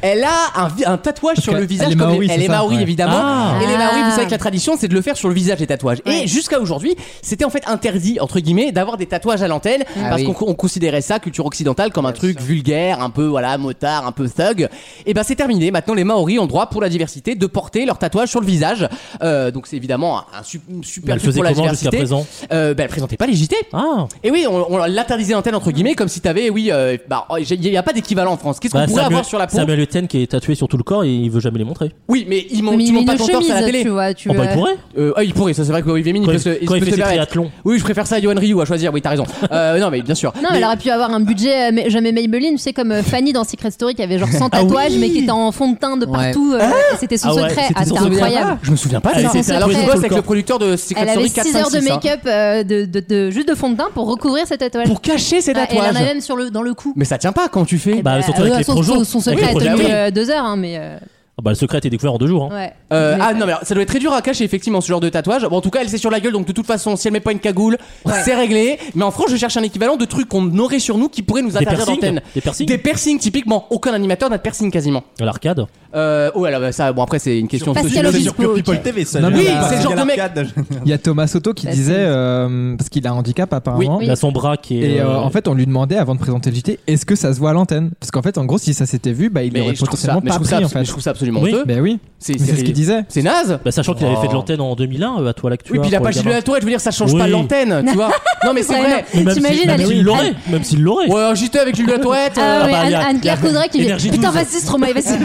Speaker 2: Elle a un, vi- un tatouage sur
Speaker 3: que
Speaker 2: le visage.
Speaker 3: elle est
Speaker 2: comme
Speaker 3: maori,
Speaker 2: les- elle
Speaker 3: c'est
Speaker 2: est
Speaker 3: ça
Speaker 2: maori
Speaker 3: Ouais.
Speaker 2: évidemment.
Speaker 5: Ah.
Speaker 2: Et les
Speaker 4: Ah.
Speaker 2: maoris, vous savez que la tradition, c'est de le faire sur le visage les tatouages. Et
Speaker 4: Ouais.
Speaker 2: jusqu'à aujourd'hui, c'était en fait interdit entre guillemets d'avoir des tatouages à l'antenne
Speaker 7: Ah
Speaker 2: parce
Speaker 7: oui.
Speaker 2: qu'on on considérait ça culture occidentale comme un truc vulgaire, un peu voilà motard, un peu thug. Et ben c'est terminé. Maintenant, les maoris ont le droit pour la diversité de porter leur tatouage sur le visage. Euh, donc c'est évidemment un su- une
Speaker 5: Mais
Speaker 2: super
Speaker 5: Elle
Speaker 2: truc
Speaker 5: faisait
Speaker 2: pour la
Speaker 5: comment jusqu'à
Speaker 2: diversité.
Speaker 5: présent
Speaker 2: Euh, ben, elle présentait pas les JT.
Speaker 5: Ah
Speaker 2: Et oui, on, on l'interdisait à l'antenne entre guillemets comme si t'avais oui, euh, bah il y a pas d'équivalent en France. Qu'est-ce qu'on
Speaker 5: Bah,
Speaker 2: pourrait avoir sur la peau
Speaker 5: Samuel Etienne qui est tatoué sur tout le corps et il veut jamais les montrer.
Speaker 2: Oui, mais ils m'ont
Speaker 4: Mais
Speaker 2: tu
Speaker 4: il met
Speaker 2: montes pas
Speaker 4: une
Speaker 2: ton torse à la
Speaker 4: chemise,
Speaker 2: télé.
Speaker 4: tu vois. Tu
Speaker 5: Oh, bah,
Speaker 4: euh,
Speaker 5: il pourrait.
Speaker 2: Euh, ah, il pourrait, ça c'est vrai que Olivier Mine,
Speaker 5: Quand
Speaker 2: il peut
Speaker 5: il,
Speaker 2: se, il
Speaker 5: quand il
Speaker 2: peut
Speaker 5: fait
Speaker 2: se
Speaker 5: ses
Speaker 2: permettre.
Speaker 5: triathlons.
Speaker 2: Oui, je préfère ça à Johan Ryu, à choisir, oui, t'as raison. Euh, non, mais bien sûr.
Speaker 4: Non,
Speaker 2: Mais-
Speaker 4: elle aurait pu avoir un budget, euh, mais jamais Maybelline, tu sais, comme euh, Fanny dans Secret Story qui avait genre 100
Speaker 5: Ah oui.
Speaker 4: tatouages, mais qui était en fond de teint de
Speaker 7: Ouais.
Speaker 4: partout. euh, et C'était son
Speaker 5: Ah ouais,
Speaker 4: secret.
Speaker 5: c'était
Speaker 4: Ah,
Speaker 5: son
Speaker 4: c'était
Speaker 5: secret.
Speaker 4: incroyable.
Speaker 2: Je me souviens pas de
Speaker 5: Elle
Speaker 2: ça.
Speaker 5: était tatouée
Speaker 2: Alors, je
Speaker 5: sur
Speaker 2: bosse
Speaker 5: tout le
Speaker 2: avec le
Speaker 5: corps.
Speaker 2: producteur de Secret
Speaker 4: Elle avait
Speaker 2: Story
Speaker 4: 6 heures de
Speaker 2: 456, hein,
Speaker 4: make-up, euh, de, de- de- juste de fond de teint pour recouvrir ses tatouages.
Speaker 2: pour cacher ses
Speaker 4: Ah, et elle en a
Speaker 2: tatouages.
Speaker 4: même Eh ben, sur le, dans le cou. Euh,
Speaker 2: Mais ça tient pas quand tu fais.
Speaker 5: Bah, surtout avec les
Speaker 4: son,
Speaker 5: projets.
Speaker 4: son- son
Speaker 5: Avec
Speaker 4: secret
Speaker 5: les
Speaker 4: a
Speaker 5: projets,
Speaker 4: tenu
Speaker 5: oui.
Speaker 4: euh, deux heures, hein, mais euh,
Speaker 5: Ah bah, le secret est découvert en deux jours. hein.
Speaker 4: ouais.
Speaker 2: Euh,
Speaker 4: Mais-
Speaker 2: ah non mais alors, ça doit être très dur à cacher effectivement ce genre de tatouage. Bon en tout cas elle c'est sur la gueule donc de toute façon si elle met pas une cagoule c'est réglé. Mais en France je cherche un équivalent de truc qu'on aurait sur nous qui pourrait nous
Speaker 5: Des
Speaker 2: interdire
Speaker 5: piercings
Speaker 2: d'antenne.
Speaker 5: Des piercings
Speaker 2: Des piercings typiquement. Aucun animateur n'a de piercing quasiment.
Speaker 5: À l'arcade
Speaker 2: Euh, oh alors bah, ça bon après c'est une question de
Speaker 4: Pascal
Speaker 2: sociologie.
Speaker 4: Obispo.
Speaker 6: C'est sur Pure People TV, ça.
Speaker 3: Non, mais
Speaker 6: j'ai-
Speaker 3: oui,
Speaker 6: Ah,
Speaker 2: c'est le genre de mec-
Speaker 6: l'arcade.
Speaker 3: Il y a Thomas Soto qui
Speaker 4: Bah,
Speaker 3: disait,
Speaker 4: c'est-
Speaker 3: euh, parce qu'il a un handicap apparemment.
Speaker 5: Il a son bras qui est.
Speaker 3: Et euh,
Speaker 5: euh,
Speaker 3: en fait, on lui demandait avant de présenter le JT, est-ce que ça se voit à l'antenne Parce qu'en fait, en gros, si ça s'était vu, bah, il
Speaker 2: Mais
Speaker 3: aurait
Speaker 2: je trouve ça,
Speaker 3: potentiellement
Speaker 2: mais je
Speaker 3: pas
Speaker 2: trouve
Speaker 3: pris
Speaker 2: ça,
Speaker 3: en
Speaker 2: mais
Speaker 3: fait.
Speaker 2: je trouve ça absolument
Speaker 5: Oui.
Speaker 2: honteux.
Speaker 3: Ben oui,
Speaker 2: C'est
Speaker 3: mais c'est ce qu'il disait.
Speaker 2: c'est naze.
Speaker 5: bah, sachant qu'il avait fait de l'antenne en 2001 euh, à toi l'actu.
Speaker 2: Oui, puis il a pas gilet à la tourette, je veux dire, ça change
Speaker 5: Oui.
Speaker 2: pas l'antenne, tu vois. Non, mais c'est
Speaker 4: Ouais,
Speaker 2: vrai.
Speaker 4: non. T'imagines,
Speaker 5: Même
Speaker 4: elle-
Speaker 5: s'il
Speaker 4: elle-
Speaker 5: l'aurait Même s'il l'aurait
Speaker 2: Ouais, un JT avec Jules de la tourette.
Speaker 4: Ah,
Speaker 5: Ah
Speaker 4: ouais,
Speaker 5: bah,
Speaker 4: Anne-
Speaker 5: y a-
Speaker 4: Anne-Claire
Speaker 5: y a-
Speaker 4: Coudray qui fait
Speaker 5: Énergie
Speaker 4: Putain,
Speaker 5: 12.
Speaker 4: vas-y, Stromae, vas-y.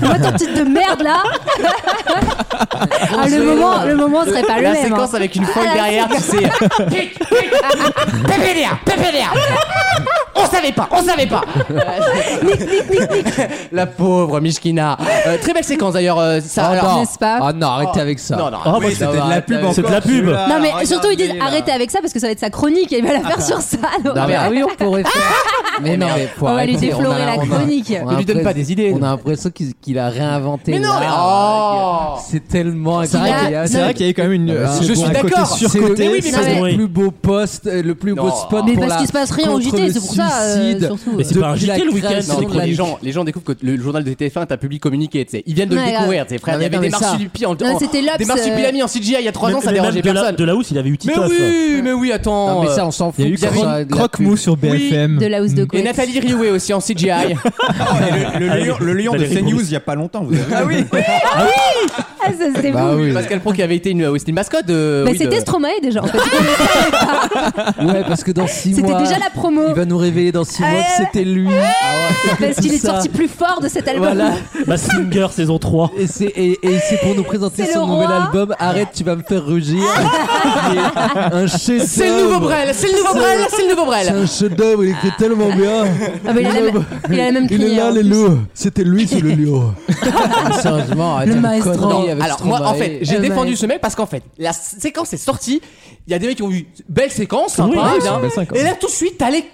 Speaker 4: Moi, ton petite de merde là. Ah, le, moment, le moment serait pas le
Speaker 2: la
Speaker 4: même. hein.
Speaker 2: séquence avec une folle
Speaker 4: la
Speaker 2: derrière, tu sais. Pic, pic. PPDA, PPDA. On savait pas, on savait pas. La pauvre Mishkina. Euh, très belle séquence d'ailleurs. euh, ça,
Speaker 4: Ah,
Speaker 7: Oh,
Speaker 2: alors-
Speaker 7: non.
Speaker 4: n'est-ce pas
Speaker 7: Oh non, arrêtez avec ça.
Speaker 2: Non, non.
Speaker 5: Ah, bah,
Speaker 6: Oui, c'était de la pub
Speaker 5: C'est de la
Speaker 6: encore,
Speaker 5: pub.
Speaker 6: celui-là.
Speaker 4: Non, mais
Speaker 6: Regardez,
Speaker 4: surtout, ils disent
Speaker 6: là.
Speaker 4: arrêtez avec ça parce que ça va être sa chronique et il va la faire sur ça. donc.
Speaker 7: Non, mais ah oui, on pourrait faire. Mais non, mais faut
Speaker 4: On va lui
Speaker 7: arrêter,
Speaker 4: déflorer
Speaker 7: a-
Speaker 4: la
Speaker 7: on a-
Speaker 4: chronique.
Speaker 7: on a
Speaker 2: Ne lui donne
Speaker 7: l'impression-
Speaker 2: pas des idées.
Speaker 7: On a l'impression qu'il qu'il a réinventé.
Speaker 2: Mais non, mais
Speaker 7: l'argue.
Speaker 2: oh
Speaker 7: C'est tellement
Speaker 4: vrai
Speaker 7: incroyable.
Speaker 4: qu'il y a-
Speaker 3: C'est vrai qu'il y avait quand même une. euh,
Speaker 7: Je
Speaker 3: un-
Speaker 2: Ah, bah, suis
Speaker 3: un côté
Speaker 2: d'accord.
Speaker 3: surcoté.
Speaker 2: C'est- mais oui, mais
Speaker 4: parce que-
Speaker 7: le plus beau poste, euh, le plus beau
Speaker 2: Non.
Speaker 7: spot
Speaker 4: Mais
Speaker 7: pour
Speaker 4: parce
Speaker 7: la-
Speaker 4: qu'il se passe rien au
Speaker 7: contre
Speaker 4: JT,
Speaker 7: le
Speaker 4: c'est pour ça. euh,
Speaker 7: suicide.
Speaker 4: surtout.
Speaker 5: Mais c'est pas un
Speaker 7: Depuis la
Speaker 5: JT le week-end,
Speaker 7: création
Speaker 5: c'est des
Speaker 7: de la
Speaker 2: les
Speaker 5: chroniques.
Speaker 2: gens, les gens découvrent que le journal de TF1 est un public communiqué, tu sais. Ils viennent de le
Speaker 4: Ouais,
Speaker 2: découvrir, tu sais, frère.
Speaker 7: Non,
Speaker 2: Il y avait
Speaker 7: mais- non,
Speaker 2: des
Speaker 7: mais ça-
Speaker 2: marsupilamis
Speaker 7: Oh,
Speaker 2: en,
Speaker 4: Non,
Speaker 2: en-
Speaker 4: c'était euh, Lops,
Speaker 2: des
Speaker 7: euh,
Speaker 2: marsupilamis en CGI il y a 3 ans, ça
Speaker 5: Mais même
Speaker 2: dérangeait
Speaker 5: de la-
Speaker 2: personne.
Speaker 5: De la housse, il avait eu
Speaker 2: Mais
Speaker 5: Titoff.
Speaker 2: oui, mais oui, attends.
Speaker 7: Non, mais ça, on s'en
Speaker 3: Il y
Speaker 7: fout.
Speaker 3: a eu
Speaker 7: que ça soit
Speaker 2: Ah,
Speaker 7: de la
Speaker 3: Croque-Mou
Speaker 7: pub.
Speaker 3: sur BFM.
Speaker 4: De la housse de
Speaker 2: Et
Speaker 4: couette.
Speaker 2: Nathalie Rioué aussi en CGI.
Speaker 6: Oh, Le- Le lion- le lion de
Speaker 5: Valérie
Speaker 6: CNews,
Speaker 5: Bourdou.
Speaker 6: il y a pas longtemps, vous avez
Speaker 2: ah oui,
Speaker 4: Ah, ça, c'était
Speaker 7: Bah
Speaker 4: vous.
Speaker 7: oui.
Speaker 2: Pascal Pro qui avait été une, oui, c'était une mascotte de.
Speaker 4: Bah,
Speaker 2: oui, de-
Speaker 4: c'était Stromae déjà en fait.
Speaker 7: Ouais, parce que dans 6
Speaker 4: C'était
Speaker 7: mois.
Speaker 4: déjà la promo.
Speaker 7: Il va nous révélé dans six
Speaker 4: Euh,
Speaker 7: mois que c'était lui. Ah
Speaker 4: Parce qu'il est
Speaker 7: Ça.
Speaker 4: sorti plus fort de cet album.
Speaker 7: Voilà.
Speaker 5: Bah, Singer saison 3.
Speaker 7: Et c'est et, et c'est pour nous présenter
Speaker 4: C'est
Speaker 7: son
Speaker 4: le
Speaker 7: nouvel
Speaker 4: roi.
Speaker 7: album. Arrête, tu vas me faire rugir. Qui est un chef-d'œuvre.
Speaker 2: C'est le nouveau Brel, c'est le nouveau Brel, c'est le nouveau
Speaker 7: C'est
Speaker 2: Brel.
Speaker 7: un chef-d'œuvre. Il écrit tellement bien.
Speaker 4: Ah, bah, il, a la même, il a la même
Speaker 7: Il est
Speaker 4: crinière, hein.
Speaker 7: là,
Speaker 4: en
Speaker 7: les
Speaker 4: plus.
Speaker 7: loups. C'était lui sur le lion. Sérieusement, arrête
Speaker 2: Le
Speaker 7: de
Speaker 2: maestro.
Speaker 7: conneries avec
Speaker 2: Alors moi, en
Speaker 7: Stromae.
Speaker 2: fait, j'ai
Speaker 4: Euh,
Speaker 2: défendu
Speaker 4: ouais.
Speaker 2: ce mec parce qu'en fait, la s- séquence est sortie. Il y a des mecs qui ont eu belle séquence,
Speaker 3: Oui,
Speaker 2: sympa,
Speaker 3: oui, c'est
Speaker 2: bien.
Speaker 3: une belle séquence.
Speaker 2: Et là, tout de suite, t'as les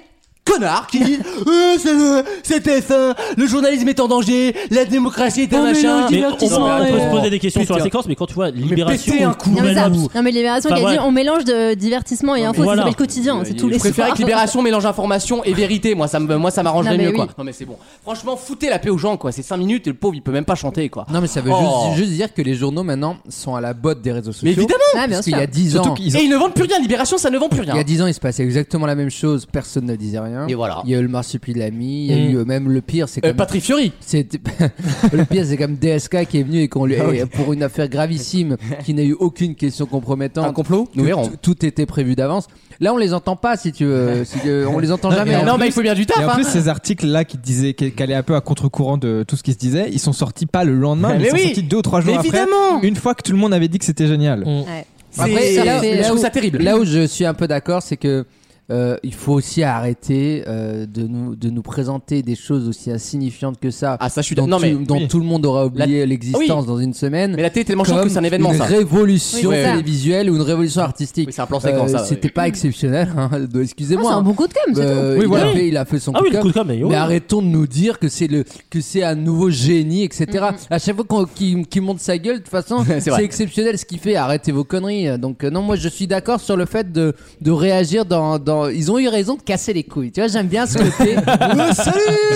Speaker 2: connards qui disent Euh, c'est- euh, c'était ça, le journalisme est en danger, la démocratie est un
Speaker 7: Oh, mais non,
Speaker 2: machin.
Speaker 7: il dit
Speaker 5: Mais on,
Speaker 7: Divertissement,
Speaker 5: on peut
Speaker 7: ouais.
Speaker 5: se poser des questions sur
Speaker 2: Putain.
Speaker 5: la séquence, mais quand tu vois Libération,
Speaker 2: pétez un
Speaker 5: au
Speaker 2: coup.
Speaker 4: Non mais,
Speaker 5: Nouvel
Speaker 4: ça,
Speaker 5: An,
Speaker 4: non, mais Libération
Speaker 5: Enfin,
Speaker 4: qui a dit
Speaker 5: voilà.
Speaker 4: on mélange de divertissement et info,
Speaker 5: Voilà.
Speaker 4: c'est le quotidien, c'est tous les
Speaker 2: Je préfère
Speaker 4: soirs.
Speaker 2: avec Libération mélange information et vérité. Moi, ça me, moi, ça m'arrangerait
Speaker 4: Non, mais
Speaker 2: mieux,
Speaker 4: oui.
Speaker 2: quoi. Non, mais c'est bon. Franchement, foutez la paix aux gens, quoi. C'est 5 minutes et le pauvre, il peut même pas chanter, quoi.
Speaker 7: Non, mais ça veut
Speaker 2: Oh.
Speaker 7: juste, juste dire que les journaux maintenant sont à la botte des réseaux sociaux.
Speaker 2: Mais évidemment.
Speaker 4: Ah, bien
Speaker 7: Parce qu'il
Speaker 4: sûr.
Speaker 7: y a 10 ans,
Speaker 3: qu'ils
Speaker 2: Et ils ne vendent plus rien. Libération, ça ne vend plus
Speaker 7: il y
Speaker 2: rien.
Speaker 7: a 10 ans, il se passait exactement la même chose. Personne ne disait rien.
Speaker 2: Et voilà.
Speaker 7: Il y a eu le marsupilami, il y a
Speaker 5: Mm.
Speaker 7: eu même le pire, c'est
Speaker 2: Euh,
Speaker 7: comme
Speaker 2: Patrick Fiori.
Speaker 7: c'est le pire, c'est comme DSK qui est venu et qu'on
Speaker 2: Ah
Speaker 7: lui et pour une affaire gravissime qui n'a eu aucune question compromettante.
Speaker 2: Un complot Nous
Speaker 7: Tout-
Speaker 2: verrons.
Speaker 7: Tout, tout était prévu d'avance. Là, on les entend pas si tu veux. Si tu veux, on les entend jamais.
Speaker 3: mais
Speaker 7: en
Speaker 2: Non,
Speaker 7: plus.
Speaker 2: mais il faut bien du taf,
Speaker 3: Et en
Speaker 2: hein.
Speaker 3: plus, ces articles-là qui disaient qui- qu'elle est un peu à contre-courant de tout ce qui se disait, ils sont sortis pas le lendemain, mais,
Speaker 2: Mais
Speaker 3: ils sont
Speaker 2: oui.
Speaker 3: sortis deux ou trois jours
Speaker 2: Mais
Speaker 3: après.
Speaker 2: évidemment.
Speaker 3: Une fois que tout le monde avait dit que c'était génial.
Speaker 5: Mm.
Speaker 4: Ouais.
Speaker 7: Après,
Speaker 2: C'est-
Speaker 7: là-
Speaker 2: c'est-
Speaker 7: là
Speaker 2: je trouve
Speaker 7: où-
Speaker 2: ça terrible.
Speaker 7: Là où je suis un peu d'accord, c'est que euh, il faut aussi arrêter euh, de, nous, de nous présenter des choses aussi insignifiantes que ça,
Speaker 2: ah, ça, je suis
Speaker 7: dont,
Speaker 2: d'accord. Non, mais,
Speaker 7: tout, dont
Speaker 3: oui.
Speaker 7: tout le monde aura oublié l'existence dans une semaine.
Speaker 2: mais la télé est tellement chiante
Speaker 7: comme
Speaker 2: que c'est un événement,
Speaker 7: une
Speaker 2: ça.
Speaker 7: révolution
Speaker 4: Oui, c'est ça.
Speaker 7: télévisuelle ou une révolution artistique.
Speaker 2: Oui, c'est un plan séquence,
Speaker 7: Euh,
Speaker 2: ça. ouais.
Speaker 7: C'était pas exceptionnel, hein, de-
Speaker 4: Ah, c'est
Speaker 7: excusez-moi.
Speaker 4: un bon coup de com, c'est
Speaker 7: Euh,
Speaker 4: tout.
Speaker 7: il,
Speaker 3: voilà.
Speaker 7: a fait, il a fait son
Speaker 5: Ah
Speaker 7: coup
Speaker 5: oui,
Speaker 7: de cœur.
Speaker 5: le coup de com', mais,
Speaker 7: Mais arrêtons de nous dire que c'est le que c'est un nouveau génie, etc. À chaque fois qu'on- qu'il qu'il monte sa gueule, de toute façon,
Speaker 2: Mm-hmm. C'est vrai.
Speaker 7: c'est exceptionnel ce qu'il fait. Arrêtez vos conneries. Donc euh, non, moi je suis d'accord sur le fait de, de réagir dans, dans- Ils ont eu raison de casser les couilles. Tu vois, j'aime bien ce côté.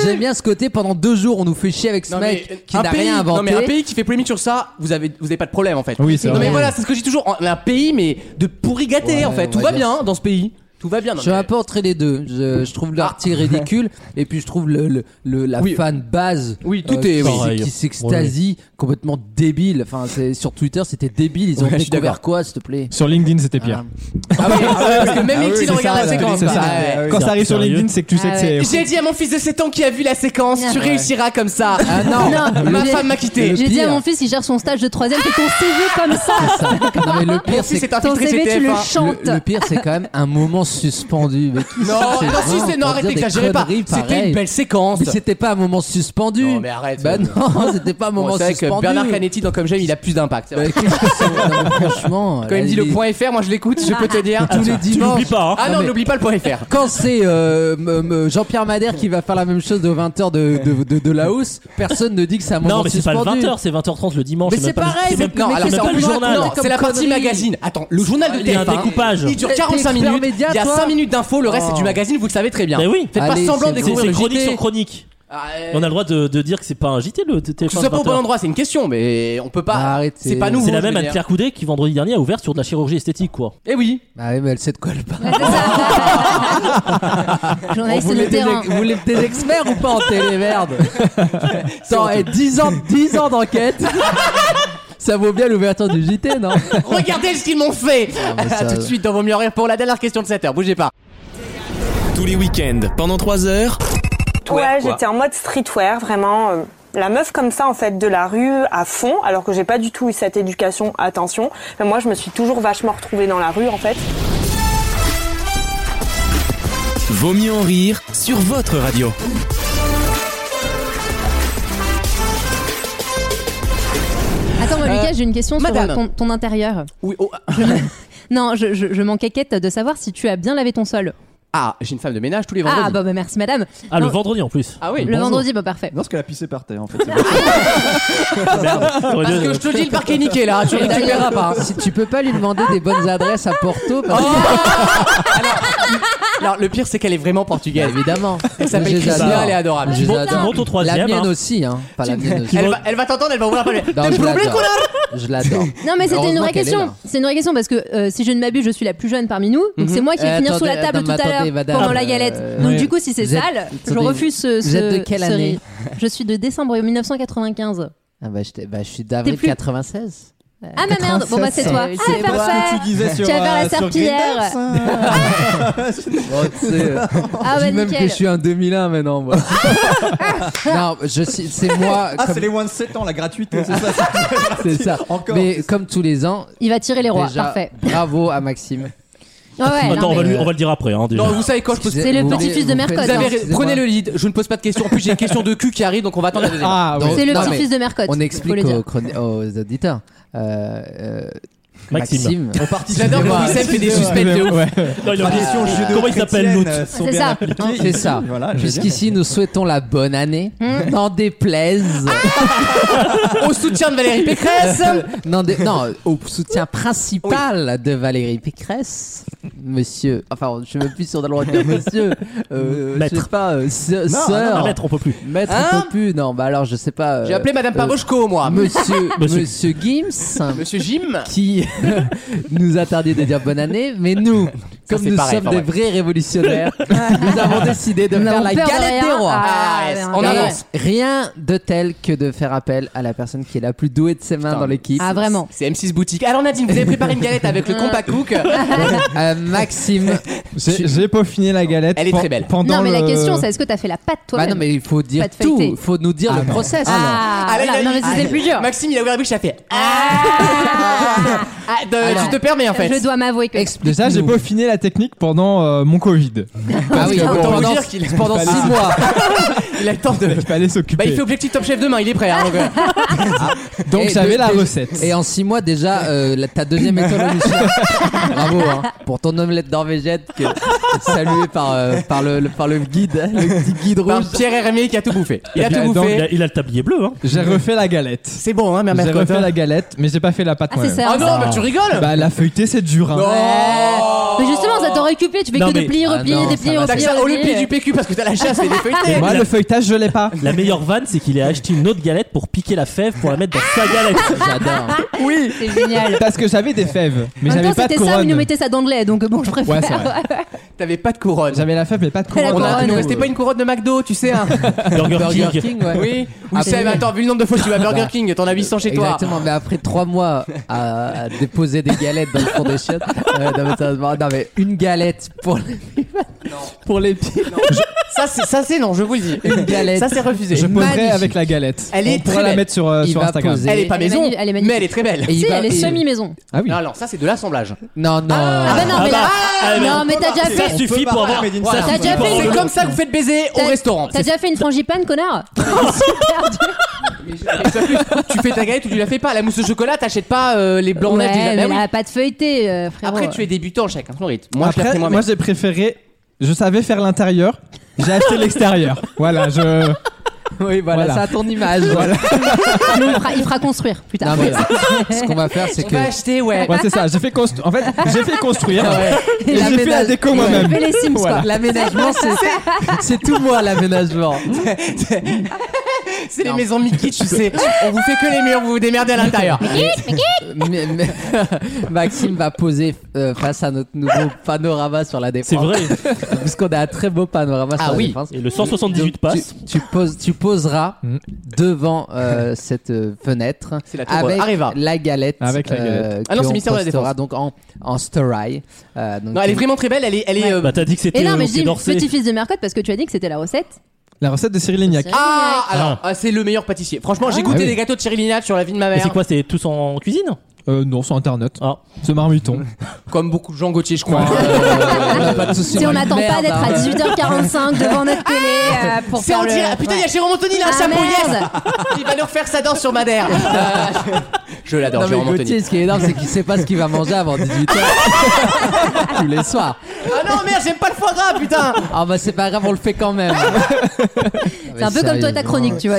Speaker 7: j'aime bien ce côté. Pendant deux jours, on nous fait chier avec ce
Speaker 2: Bah, Non,
Speaker 7: mec
Speaker 2: mais, euh,
Speaker 7: qui
Speaker 2: un
Speaker 7: n'a
Speaker 2: pays-
Speaker 7: rien inventé.
Speaker 2: Non, mais un pays qui fait polémique sur ça, vous avez, vous avez pas de problème, en fait.
Speaker 3: Oui, c'est
Speaker 2: Non, mais
Speaker 3: vrai.
Speaker 2: voilà, c'est ce que je dis toujours. On a Un pays, mais de pourri gâté,
Speaker 7: Ouais,
Speaker 2: en fait.
Speaker 7: on
Speaker 2: Tout
Speaker 7: va
Speaker 2: va
Speaker 7: dire
Speaker 2: bien dans ce pays. Tout va bien. non,
Speaker 7: Je suis
Speaker 2: mais- Ah.
Speaker 7: un peu entre les deux. Je, je trouve l'article ridicule et puis je trouve le, le- le- la
Speaker 2: Oui.
Speaker 7: fan base euh,
Speaker 2: Oui, tout
Speaker 7: qui-
Speaker 2: est-
Speaker 5: pareil.
Speaker 7: qui s'extasie complètement débile. Enfin, c'est- sur Twitter, c'était débile. Ils ont
Speaker 2: Ouais, je suis
Speaker 7: découvert
Speaker 2: d'accord.
Speaker 7: quoi, s'il te plaît
Speaker 3: Sur LinkedIn, c'était pire.
Speaker 2: Ah oui, parce que même les petits
Speaker 3: C'est
Speaker 2: ne regardent
Speaker 3: ça,
Speaker 2: la
Speaker 3: ouais.
Speaker 2: séquence.
Speaker 3: C'est
Speaker 2: quoi.
Speaker 3: ça.
Speaker 2: Ouais.
Speaker 3: Quand
Speaker 5: C'est
Speaker 3: ça arrive sur
Speaker 5: sérieux.
Speaker 3: LinkedIn, c'est que tu sais
Speaker 4: Ah
Speaker 3: que c'est.
Speaker 2: J'ai dit à mon fils de 7 ans qui a vu la séquence, tu
Speaker 4: Ouais.
Speaker 2: réussiras comme ça.
Speaker 7: Ah non
Speaker 2: Ma
Speaker 7: Le-
Speaker 2: femme m'a quitté.
Speaker 7: le
Speaker 4: J'ai dit à
Speaker 7: pire.
Speaker 4: mon fils, il gère son stage de troisième, fais ton CV comme ça.
Speaker 7: Non, mais le pire,
Speaker 2: Mon
Speaker 7: c'est
Speaker 2: fils
Speaker 7: que
Speaker 2: est
Speaker 4: Ton
Speaker 2: infiltré chez
Speaker 4: CV, tu le
Speaker 2: TF1.
Speaker 4: chantes.
Speaker 7: le, le pire, c'est quand même un moment suspendu. Mais qui
Speaker 2: Non,
Speaker 7: c'est
Speaker 2: non, si,
Speaker 7: vraiment
Speaker 2: c'est- non,
Speaker 7: pour
Speaker 2: arrête,
Speaker 7: dire des
Speaker 2: n'exagérez pas.
Speaker 7: conneries
Speaker 2: C'était une
Speaker 7: pareilles.
Speaker 2: belle séquence.
Speaker 7: Mais c'était pas un moment suspendu.
Speaker 2: Non, mais arrête.
Speaker 7: bah
Speaker 2: Bon,
Speaker 7: non, c'était pas un moment
Speaker 2: c'est vrai que
Speaker 7: suspendu.
Speaker 2: Bernard Canetti dans Comme J'aime, il a plus d'impact. c'est vrai.
Speaker 7: Bah, qu'est-ce que c'est Non, mais franchement,
Speaker 2: Quand
Speaker 7: là,
Speaker 2: il me dit le
Speaker 7: est-
Speaker 2: point FR, moi je l'écoute, je peux te dire.
Speaker 7: tous les
Speaker 5: Tu
Speaker 7: dimanches.
Speaker 5: n'oublies pas, hein.
Speaker 2: Ah
Speaker 7: Non,
Speaker 2: non,
Speaker 7: mais-
Speaker 2: n'oublie pas le point FR.
Speaker 7: Quand c'est euh, m- m- Jean-Pierre Madère qui va faire la même chose de 20h de, de, de, de la hausse, personne ne dit que c'est un moment
Speaker 5: Non, mais c'est pas le
Speaker 7: suspendu.
Speaker 5: 20h, c'est 20h30 le dimanche.
Speaker 7: Mais
Speaker 5: même
Speaker 7: c'est
Speaker 5: pas-
Speaker 7: pareil,
Speaker 5: même-
Speaker 7: c'est- mais
Speaker 5: alors,
Speaker 7: qu'est-ce
Speaker 5: c'est
Speaker 7: que
Speaker 5: pas le
Speaker 7: tu
Speaker 5: journal.
Speaker 7: racontes
Speaker 2: C'est la partie
Speaker 7: connerie.
Speaker 2: magazine. Attends, le journal de
Speaker 5: Il y a un
Speaker 2: TF1,
Speaker 5: découpage.
Speaker 2: Il dure
Speaker 7: T'es
Speaker 2: 45
Speaker 7: expert
Speaker 2: minutes.
Speaker 7: média,
Speaker 2: Il y a
Speaker 7: toi
Speaker 2: 5 minutes d'infos, le reste
Speaker 7: Oh.
Speaker 2: c'est du magazine, vous le savez très bien.
Speaker 5: Mais oui.
Speaker 2: Faites pas
Speaker 7: Allez,
Speaker 2: semblant
Speaker 7: c'est
Speaker 5: C'est
Speaker 2: d'écouter
Speaker 5: c'est
Speaker 2: le
Speaker 5: chronique
Speaker 2: JT.
Speaker 5: sur chronique.
Speaker 2: Ah, euh,
Speaker 5: On a le droit de, de dire que c'est pas un JT le
Speaker 2: Que
Speaker 5: TF1.
Speaker 2: ce soit pas au
Speaker 5: 20h.
Speaker 2: bon endroit, c'est une question, mais on peut
Speaker 7: Bah,
Speaker 2: pas.
Speaker 7: arrêtez.
Speaker 2: C'est pas nouveau.
Speaker 5: C'est la
Speaker 2: je
Speaker 5: même
Speaker 2: veux
Speaker 5: Anne
Speaker 2: dire.
Speaker 5: Claire Coudet qui vendredi dernier a ouvert sur de la chirurgie esthétique quoi.
Speaker 2: Eh oui.
Speaker 7: Bah oui, mais elle sait de quoi elle parle.
Speaker 4: Journaliste
Speaker 7: Vous
Speaker 4: de
Speaker 7: voulez, des,
Speaker 4: terrain.
Speaker 7: vous voulez des experts ou pas en télé, merde Attends, eh, 10 ans, 10 ans d'enquête Ça vaut bien l'ouverture du JT, non
Speaker 2: Regardez ce qu'ils m'ont fait.
Speaker 7: mais ça-
Speaker 2: À tout de suite dans Vaut mieux en rire pour la dernière question de 7 heure. Bougez pas.
Speaker 1: Tous les week-ends, pendant 3 heures.
Speaker 9: Ouais, j'étais en mode streetwear, vraiment. euh, La meuf comme ça, en fait, de la rue à fond, alors que j'ai pas du tout eu cette éducation, attention. Mais moi, je me suis toujours vachement retrouvée dans la rue, en fait.
Speaker 1: Vaut mieux en rire sur votre radio.
Speaker 4: Attends, moi, Lucas, j'ai une question
Speaker 2: Madame.
Speaker 4: sur euh, ton, ton intérieur.
Speaker 2: Oui. oh,
Speaker 4: Non, je, je, je m'en caquette de savoir si tu as bien lavé ton sol.
Speaker 2: Ah, j'ai une femme de ménage tous les vendredis.
Speaker 4: Ah, bah, bah, merci, madame.
Speaker 5: Ah le
Speaker 4: Non.
Speaker 5: vendredi en plus.
Speaker 2: Ah oui.
Speaker 4: Le vendredi, bah, parfait.
Speaker 6: Non, parce qu'elle a pissé par terre en fait.
Speaker 2: Parce
Speaker 7: Ah
Speaker 2: que je te dis, le parc est niqué là. Tu récupéreras pas. hein.
Speaker 7: Si tu peux pas lui demander des bonnes adresses à Porto, parce
Speaker 2: Oh
Speaker 7: que,
Speaker 2: Alors, le pire, c'est qu'elle est vraiment portugaise.
Speaker 7: évidemment.
Speaker 2: Elle
Speaker 7: Je
Speaker 2: s'appelle
Speaker 7: les adore.
Speaker 2: Christina, elle est adorable.
Speaker 7: Je les
Speaker 5: Bon,
Speaker 7: adore.
Speaker 5: tu montes au troisième,
Speaker 7: La mienne
Speaker 5: hein.
Speaker 7: aussi, hein. Pas la mienne aussi.
Speaker 2: Elle va, elle va t'entendre, elle va ouvrir la porte.
Speaker 7: Non,
Speaker 2: T'es
Speaker 7: je
Speaker 2: problème,
Speaker 7: l'adore.
Speaker 2: connard
Speaker 7: Je l'adore.
Speaker 4: Non, mais c'était une
Speaker 7: Heureusement
Speaker 4: vraie
Speaker 7: qu'elle est
Speaker 4: question.
Speaker 7: là.
Speaker 4: C'est une vraie question parce que euh, si je ne m'abuse, je suis la plus jeune parmi nous. Donc
Speaker 2: Mhm.
Speaker 4: c'est moi qui vais
Speaker 7: Euh,
Speaker 4: finir sous la
Speaker 7: attendez,
Speaker 4: table
Speaker 7: attendez,
Speaker 4: tout à l'heure
Speaker 7: madame,
Speaker 4: pendant
Speaker 7: euh,
Speaker 4: la galette. Donc
Speaker 7: ouais.
Speaker 4: du coup, si c'est
Speaker 7: Vous êtes-
Speaker 4: sale, je
Speaker 7: attendez,
Speaker 4: refuse ce.
Speaker 7: vous êtes
Speaker 4: ce-
Speaker 7: de quelle
Speaker 4: ce
Speaker 7: année Euh,
Speaker 4: rire. Je suis de décembre 1995.
Speaker 7: Ah bah, je, t'ai- bah, je suis d'avril
Speaker 4: T'es plus-
Speaker 7: 96.
Speaker 4: Ah ma merde, bon bah c'est toi. Ah
Speaker 6: C'est pas ce
Speaker 4: parfait.
Speaker 6: que tu disais sur,
Speaker 4: vas faire
Speaker 6: euh,
Speaker 4: la
Speaker 6: sur
Speaker 4: serpillière.
Speaker 7: Oh, tu sais, euh,
Speaker 4: Ah
Speaker 7: je
Speaker 4: ouais,
Speaker 7: dis même
Speaker 4: nickel.
Speaker 7: que je suis un 2001 maintenant. Moi. non, je suis- c'est moi.
Speaker 6: Ah,
Speaker 7: comme-
Speaker 6: c'est les moins de 7 ans, la gratuite, c'est ça. c'est-
Speaker 7: c'est ça.
Speaker 6: Encore.
Speaker 7: Mais comme tous les ans,
Speaker 4: Il va tirer les rois,
Speaker 7: déjà,
Speaker 4: parfait.
Speaker 7: Bravo à Maxime.
Speaker 4: Ouais, ouais, non,
Speaker 5: Attends, on, va
Speaker 4: mais-
Speaker 5: lui- on va le dire après. Hein, déjà.
Speaker 2: Non, vous savez quoi, je pose.
Speaker 4: C'est le
Speaker 7: Vous
Speaker 4: petit-fils de
Speaker 7: voulez-
Speaker 4: Mercotte.
Speaker 7: vous
Speaker 2: Vous
Speaker 7: faites-
Speaker 4: hein.
Speaker 2: avez-
Speaker 7: Excusez-moi.
Speaker 2: prenez le lead, je ne pose pas de question. En plus, j'ai une question de cul qui arrive, donc on va attendre la deuxième.
Speaker 3: Ah
Speaker 7: Donc,
Speaker 3: ouais.
Speaker 4: C'est le
Speaker 7: non,
Speaker 4: petit-fils de Mercotte.
Speaker 7: On
Speaker 4: faut le
Speaker 7: explique
Speaker 4: dire.
Speaker 7: aux, chroni- aux auditeurs. Euh, euh,
Speaker 5: Maxime.
Speaker 7: Maxime.
Speaker 2: J'adore quand Wissem fait des suspects de ouf.
Speaker 5: Non, il y a-
Speaker 6: Tradition, jeu de
Speaker 5: Comment il s'appelle
Speaker 6: chrétienne,
Speaker 5: l'autre
Speaker 6: sont
Speaker 4: C'est
Speaker 6: bien
Speaker 4: ça.
Speaker 6: appliquées.
Speaker 7: Non, hein, c'est ça.
Speaker 6: Voilà, je veux dire.
Speaker 7: Puisqu'ici, nous souhaitons la bonne année.
Speaker 4: Hmm.
Speaker 7: N'en déplaise.
Speaker 2: Au soutien de Valérie Pécresse
Speaker 7: Euh, non, dé- non, au soutien principal de Valérie Pécresse, monsieur. Enfin, je me plus sur le droit de dire monsieur. Euh, je
Speaker 5: Maître.
Speaker 7: sais pas, euh, sœur.
Speaker 6: non,
Speaker 7: sœur.
Speaker 5: Un mètre, on peut plus.
Speaker 7: Maître,
Speaker 2: Hein
Speaker 7: on peut plus. Non, bah alors, je sais pas. euh,
Speaker 2: J'ai appelé Madame Pavoshko, moi.
Speaker 7: Monsieur,
Speaker 5: Monsieur-
Speaker 7: monsieur Gims,
Speaker 2: Monsieur Jim
Speaker 7: qui nous interdit de dire bonne année, mais nous, comme
Speaker 2: c'est
Speaker 7: nous
Speaker 2: pareil,
Speaker 7: sommes
Speaker 2: enfin,
Speaker 7: des vrais révolutionnaires, nous avons décidé de
Speaker 4: Nous
Speaker 7: faire
Speaker 4: n'avons
Speaker 7: la
Speaker 4: peur de
Speaker 7: galette des
Speaker 4: rien.
Speaker 7: rois.
Speaker 4: Ah,
Speaker 2: Ah, yes.
Speaker 4: ben,
Speaker 2: On
Speaker 7: Et
Speaker 4: ben,
Speaker 2: avance.
Speaker 7: Rien de tel que de faire appel à la personne qui est la plus douée de ses mains
Speaker 2: Putain.
Speaker 7: dans l'équipe.
Speaker 4: Ah vraiment
Speaker 2: C'est M6 Boutique. Alors Nadine, vous avez préparé une galette avec le compas cook.
Speaker 7: Euh, Maxime.
Speaker 3: J'ai j'ai peaufiné la galette.
Speaker 2: Elle est
Speaker 3: pen-
Speaker 2: très belle.
Speaker 3: Pendant
Speaker 4: Non mais la
Speaker 3: le-
Speaker 4: question c'est est-ce que t'as fait la pâte
Speaker 7: Bah non,
Speaker 4: toi-même
Speaker 7: mais il faut dire
Speaker 4: Pas de
Speaker 7: tout.
Speaker 4: feuilleté.
Speaker 7: Il faut nous dire le process.
Speaker 4: Ah,
Speaker 2: Ah, là,
Speaker 4: voilà.
Speaker 2: il a
Speaker 4: non mais
Speaker 2: eu-
Speaker 4: c'était
Speaker 2: ah,
Speaker 4: le plus dur.
Speaker 2: Maxime, il a ouvert la bouche, il a fait. Ah Ah, de-
Speaker 7: Alors.
Speaker 2: Tu te permets en fait.
Speaker 4: Je dois m'avouer que
Speaker 3: Déjà, j'ai peaufiné la technique pendant euh, mon Covid.
Speaker 7: Ah oui,
Speaker 2: Parce que autant
Speaker 7: pendant-
Speaker 2: vous dire qu'il
Speaker 7: pendant
Speaker 2: il
Speaker 7: 6 mois.
Speaker 2: il a le temps de.
Speaker 3: Il fallait
Speaker 2: Bah, il Eh,
Speaker 3: s'occuper.
Speaker 2: fait objectif top chef demain, il est prêt. hein, donc, euh.
Speaker 3: Donc,
Speaker 7: Et
Speaker 3: j'avais
Speaker 7: de-
Speaker 3: la
Speaker 7: de-
Speaker 3: recette.
Speaker 7: Et en 6 mois, déjà, euh, la- ta deuxième étoile au Michelin. Bravo, hein, pour ton omelette norvégienne que, saluée par, euh, par, le, le- par le guide, hein, le petit guide rouge.
Speaker 2: Par Pierre Hermé qui a tout bouffé. Il a
Speaker 3: puis,
Speaker 2: tout
Speaker 3: attends,
Speaker 5: Il
Speaker 2: bouffé.
Speaker 5: a, il a le tablier bleu. Hein.
Speaker 3: J'ai refait la galette.
Speaker 2: C'est bon, hein, mère
Speaker 3: J'ai refait
Speaker 2: Mercotte.
Speaker 3: la galette, mais j'ai pas fait la pâte
Speaker 4: Ah c'est
Speaker 3: moi-même.
Speaker 4: ça.
Speaker 2: Ah non, bah tu rigoles
Speaker 3: Bah, la feuilletée, c'est dur. hein.
Speaker 2: Oh.
Speaker 4: Mais justement ça t'aurait occupé, tu fais
Speaker 5: Non,
Speaker 4: que
Speaker 5: mais-
Speaker 4: de plier,
Speaker 7: Ah
Speaker 4: replier,
Speaker 7: non,
Speaker 4: déplier,
Speaker 7: ça va.
Speaker 2: T'as que
Speaker 4: replier.
Speaker 2: ça au lieu de
Speaker 4: replier.
Speaker 2: plier du PQ parce que t'as la chasse et des
Speaker 3: Et
Speaker 2: feuilletés.
Speaker 3: moi,
Speaker 5: la-
Speaker 3: le feuilletage, je l'ai pas.
Speaker 5: La meilleure vanne, c'est qu'il a acheté une autre galette pour piquer la fève pour la mettre dans sa galette.
Speaker 7: J'adore.
Speaker 3: Oui.
Speaker 4: C'est génial.
Speaker 3: Parce que j'avais des fèves, mais
Speaker 4: en même
Speaker 3: j'avais
Speaker 4: temps,
Speaker 3: pas de
Speaker 4: c'était ça, mais
Speaker 3: couronne.
Speaker 4: ils nous mettaient ça dans de lait, donc euh, bon, je préfère.
Speaker 3: Ouais, c'est vrai.
Speaker 2: T'avais pas de couronne.
Speaker 3: J'avais la fève, mais pas de
Speaker 4: Elle a
Speaker 3: couronne.
Speaker 2: On a-
Speaker 4: couronne.
Speaker 2: il nous restait pas une couronne de McDo, tu sais. Hein.
Speaker 5: Burger,
Speaker 7: Burger
Speaker 5: King.
Speaker 7: King, ouais.
Speaker 2: Oui. Ou
Speaker 7: Après-
Speaker 2: c'est- mais attends, vu le nombre de fois que tu vas à Burger
Speaker 7: Bah,
Speaker 2: King, t'en as 800 chez toi.
Speaker 7: Exactement, mais après 3 mois à, à déposer des galettes dans le fond des chiottes, euh, non, mais sérieusement, non, mais une galette pour les, pour les pires.
Speaker 2: Ça, c'est, ça, c'est non, je vous le dis.
Speaker 7: Une galette.
Speaker 2: Ça, c'est refusé.
Speaker 3: Je poserai
Speaker 7: Magnifique.
Speaker 3: avec la galette.
Speaker 2: Elle est
Speaker 3: On pourra
Speaker 2: très
Speaker 3: la
Speaker 2: belle.
Speaker 3: mettre sur, euh,
Speaker 7: Il
Speaker 3: sur
Speaker 7: va
Speaker 3: Instagram.
Speaker 7: poser.
Speaker 2: Elle est pas
Speaker 4: Elle est
Speaker 2: maison,
Speaker 4: magnifique, elle est
Speaker 2: mais elle est très belle.
Speaker 7: Et il
Speaker 4: Si,
Speaker 7: va-
Speaker 4: elle est
Speaker 7: et-
Speaker 4: semi-maison.
Speaker 3: Ah oui.
Speaker 2: Non, non, ça, c'est de l'assemblage.
Speaker 7: Non, non.
Speaker 4: Ah, bah non, mais là.
Speaker 5: Ah, mais
Speaker 4: non, mais t'as déjà
Speaker 5: Ça
Speaker 4: fait.
Speaker 5: suffit pour avoir.
Speaker 6: Made in
Speaker 5: ça
Speaker 2: Voilà.
Speaker 4: T'as
Speaker 5: suffit
Speaker 4: déjà
Speaker 5: pour
Speaker 4: fait-
Speaker 5: avoir-
Speaker 2: C'est comme ça que vous faites baiser au
Speaker 4: T'as-
Speaker 2: restaurant.
Speaker 4: T'as déjà fait une frangipane, connard
Speaker 2: Et ça, plus, tu fais ta galette ou tu la fais pas. La mousse au chocolat, t'achètes pas euh, les blancs
Speaker 4: Ouais,
Speaker 2: neige déjà.
Speaker 4: mais
Speaker 2: Bah oui.
Speaker 4: la pâte feuilletée, euh, frérot.
Speaker 2: Après, tu es débutant, chacun son rythme. Moi, je l'ai
Speaker 3: Après,
Speaker 2: pris
Speaker 3: moi,
Speaker 2: moi-même.
Speaker 3: j'ai préféré. Je savais faire l'intérieur. J'ai acheté l'extérieur. Voilà, je.
Speaker 7: Oui, voilà,
Speaker 3: Voilà.
Speaker 7: c'est à ton image.
Speaker 4: Nous, il fera- il fera construire,
Speaker 7: Non,
Speaker 4: putain.
Speaker 7: mais euh, ce qu'on va faire, c'est
Speaker 2: On
Speaker 7: que.
Speaker 2: va acheter, ouais.
Speaker 3: Ouais, c'est ça. J'ai fait construire. En fait, j'ai fait construire. Et j'ai
Speaker 7: La
Speaker 3: fait la
Speaker 7: ménage-
Speaker 3: déco
Speaker 7: Ouais.
Speaker 3: moi-même.
Speaker 4: Fais les Sims, quoi.
Speaker 7: L'aménagement, c'est c'est tout moi l'aménagement.
Speaker 2: C'est les
Speaker 7: Non.
Speaker 2: maisons Mickey, tu sais. On vous fait que les murs, vous vous démerdez à l'intérieur.
Speaker 7: Mais- mais- Maxime va poser euh, face à notre nouveau panorama sur la défense.
Speaker 5: C'est vrai.
Speaker 7: Parce qu'on a un très beau panorama sur
Speaker 2: Ah
Speaker 7: la
Speaker 2: oui.
Speaker 7: défense.
Speaker 5: Et le 178 passe.
Speaker 7: Tu, tu poses, tu poseras
Speaker 3: Mm.
Speaker 7: devant euh, cette euh, fenêtre
Speaker 2: C'est la tour
Speaker 7: avec
Speaker 2: Areva.
Speaker 7: la galette. euh,
Speaker 3: Avec la galette.
Speaker 2: Ah non,
Speaker 7: que
Speaker 2: c'est
Speaker 7: on
Speaker 2: Mystère de la
Speaker 7: postera
Speaker 2: Défense.
Speaker 7: donc en, en story. Euh, donc,
Speaker 2: Non, elle est vraiment très belle. Elle est. Elle est euh,
Speaker 5: Bah, t'as dit que
Speaker 4: Et
Speaker 5: c'était
Speaker 4: non,
Speaker 5: euh,
Speaker 4: mais
Speaker 5: au
Speaker 4: je
Speaker 5: Quai
Speaker 4: dis
Speaker 5: d'Orsay.
Speaker 4: petit-fils de Mercotte parce que tu as dit que c'était la recette.
Speaker 3: La recette de Cyril Lignac.
Speaker 2: Ah, alors, ah, c'est le meilleur pâtissier. Franchement, j'ai goûté
Speaker 3: Ah oui.
Speaker 2: des gâteaux de Thierry Lignac sur la vie de ma
Speaker 5: Mais
Speaker 2: mère.
Speaker 5: c'est quoi C'est tous en cuisine
Speaker 3: Euh, non, sur internet.
Speaker 5: Ah.
Speaker 3: Ce marmiton.
Speaker 2: Comme beaucoup de gens Gauthier, je crois.
Speaker 7: Euh,
Speaker 4: Si on n'attend pas d'être à
Speaker 7: hein.
Speaker 4: 18h45 devant
Speaker 7: Ah
Speaker 4: notre télé euh, pour
Speaker 2: C'est
Speaker 4: faire
Speaker 2: en
Speaker 4: le...
Speaker 2: direct. Putain, il y a Jérôme Anthony là,
Speaker 4: Ah,
Speaker 2: sa
Speaker 4: merde.
Speaker 2: brouillère. Il va nous refaire sa danse sur Madère. Euh, Je l'adore,
Speaker 7: Non, mais
Speaker 2: Jérôme
Speaker 7: Gauthier,
Speaker 2: Anthony.
Speaker 7: ce qui est énorme, c'est qu'il sait pas ce qu'il va manger avant 18h. Tous les soirs.
Speaker 2: Ah non, merde, j'aime pas le foie gras, putain.
Speaker 7: Ah bah c'est pas grave, on le fait quand même.
Speaker 4: C'est un peu comme toi ta chronique, tu vois.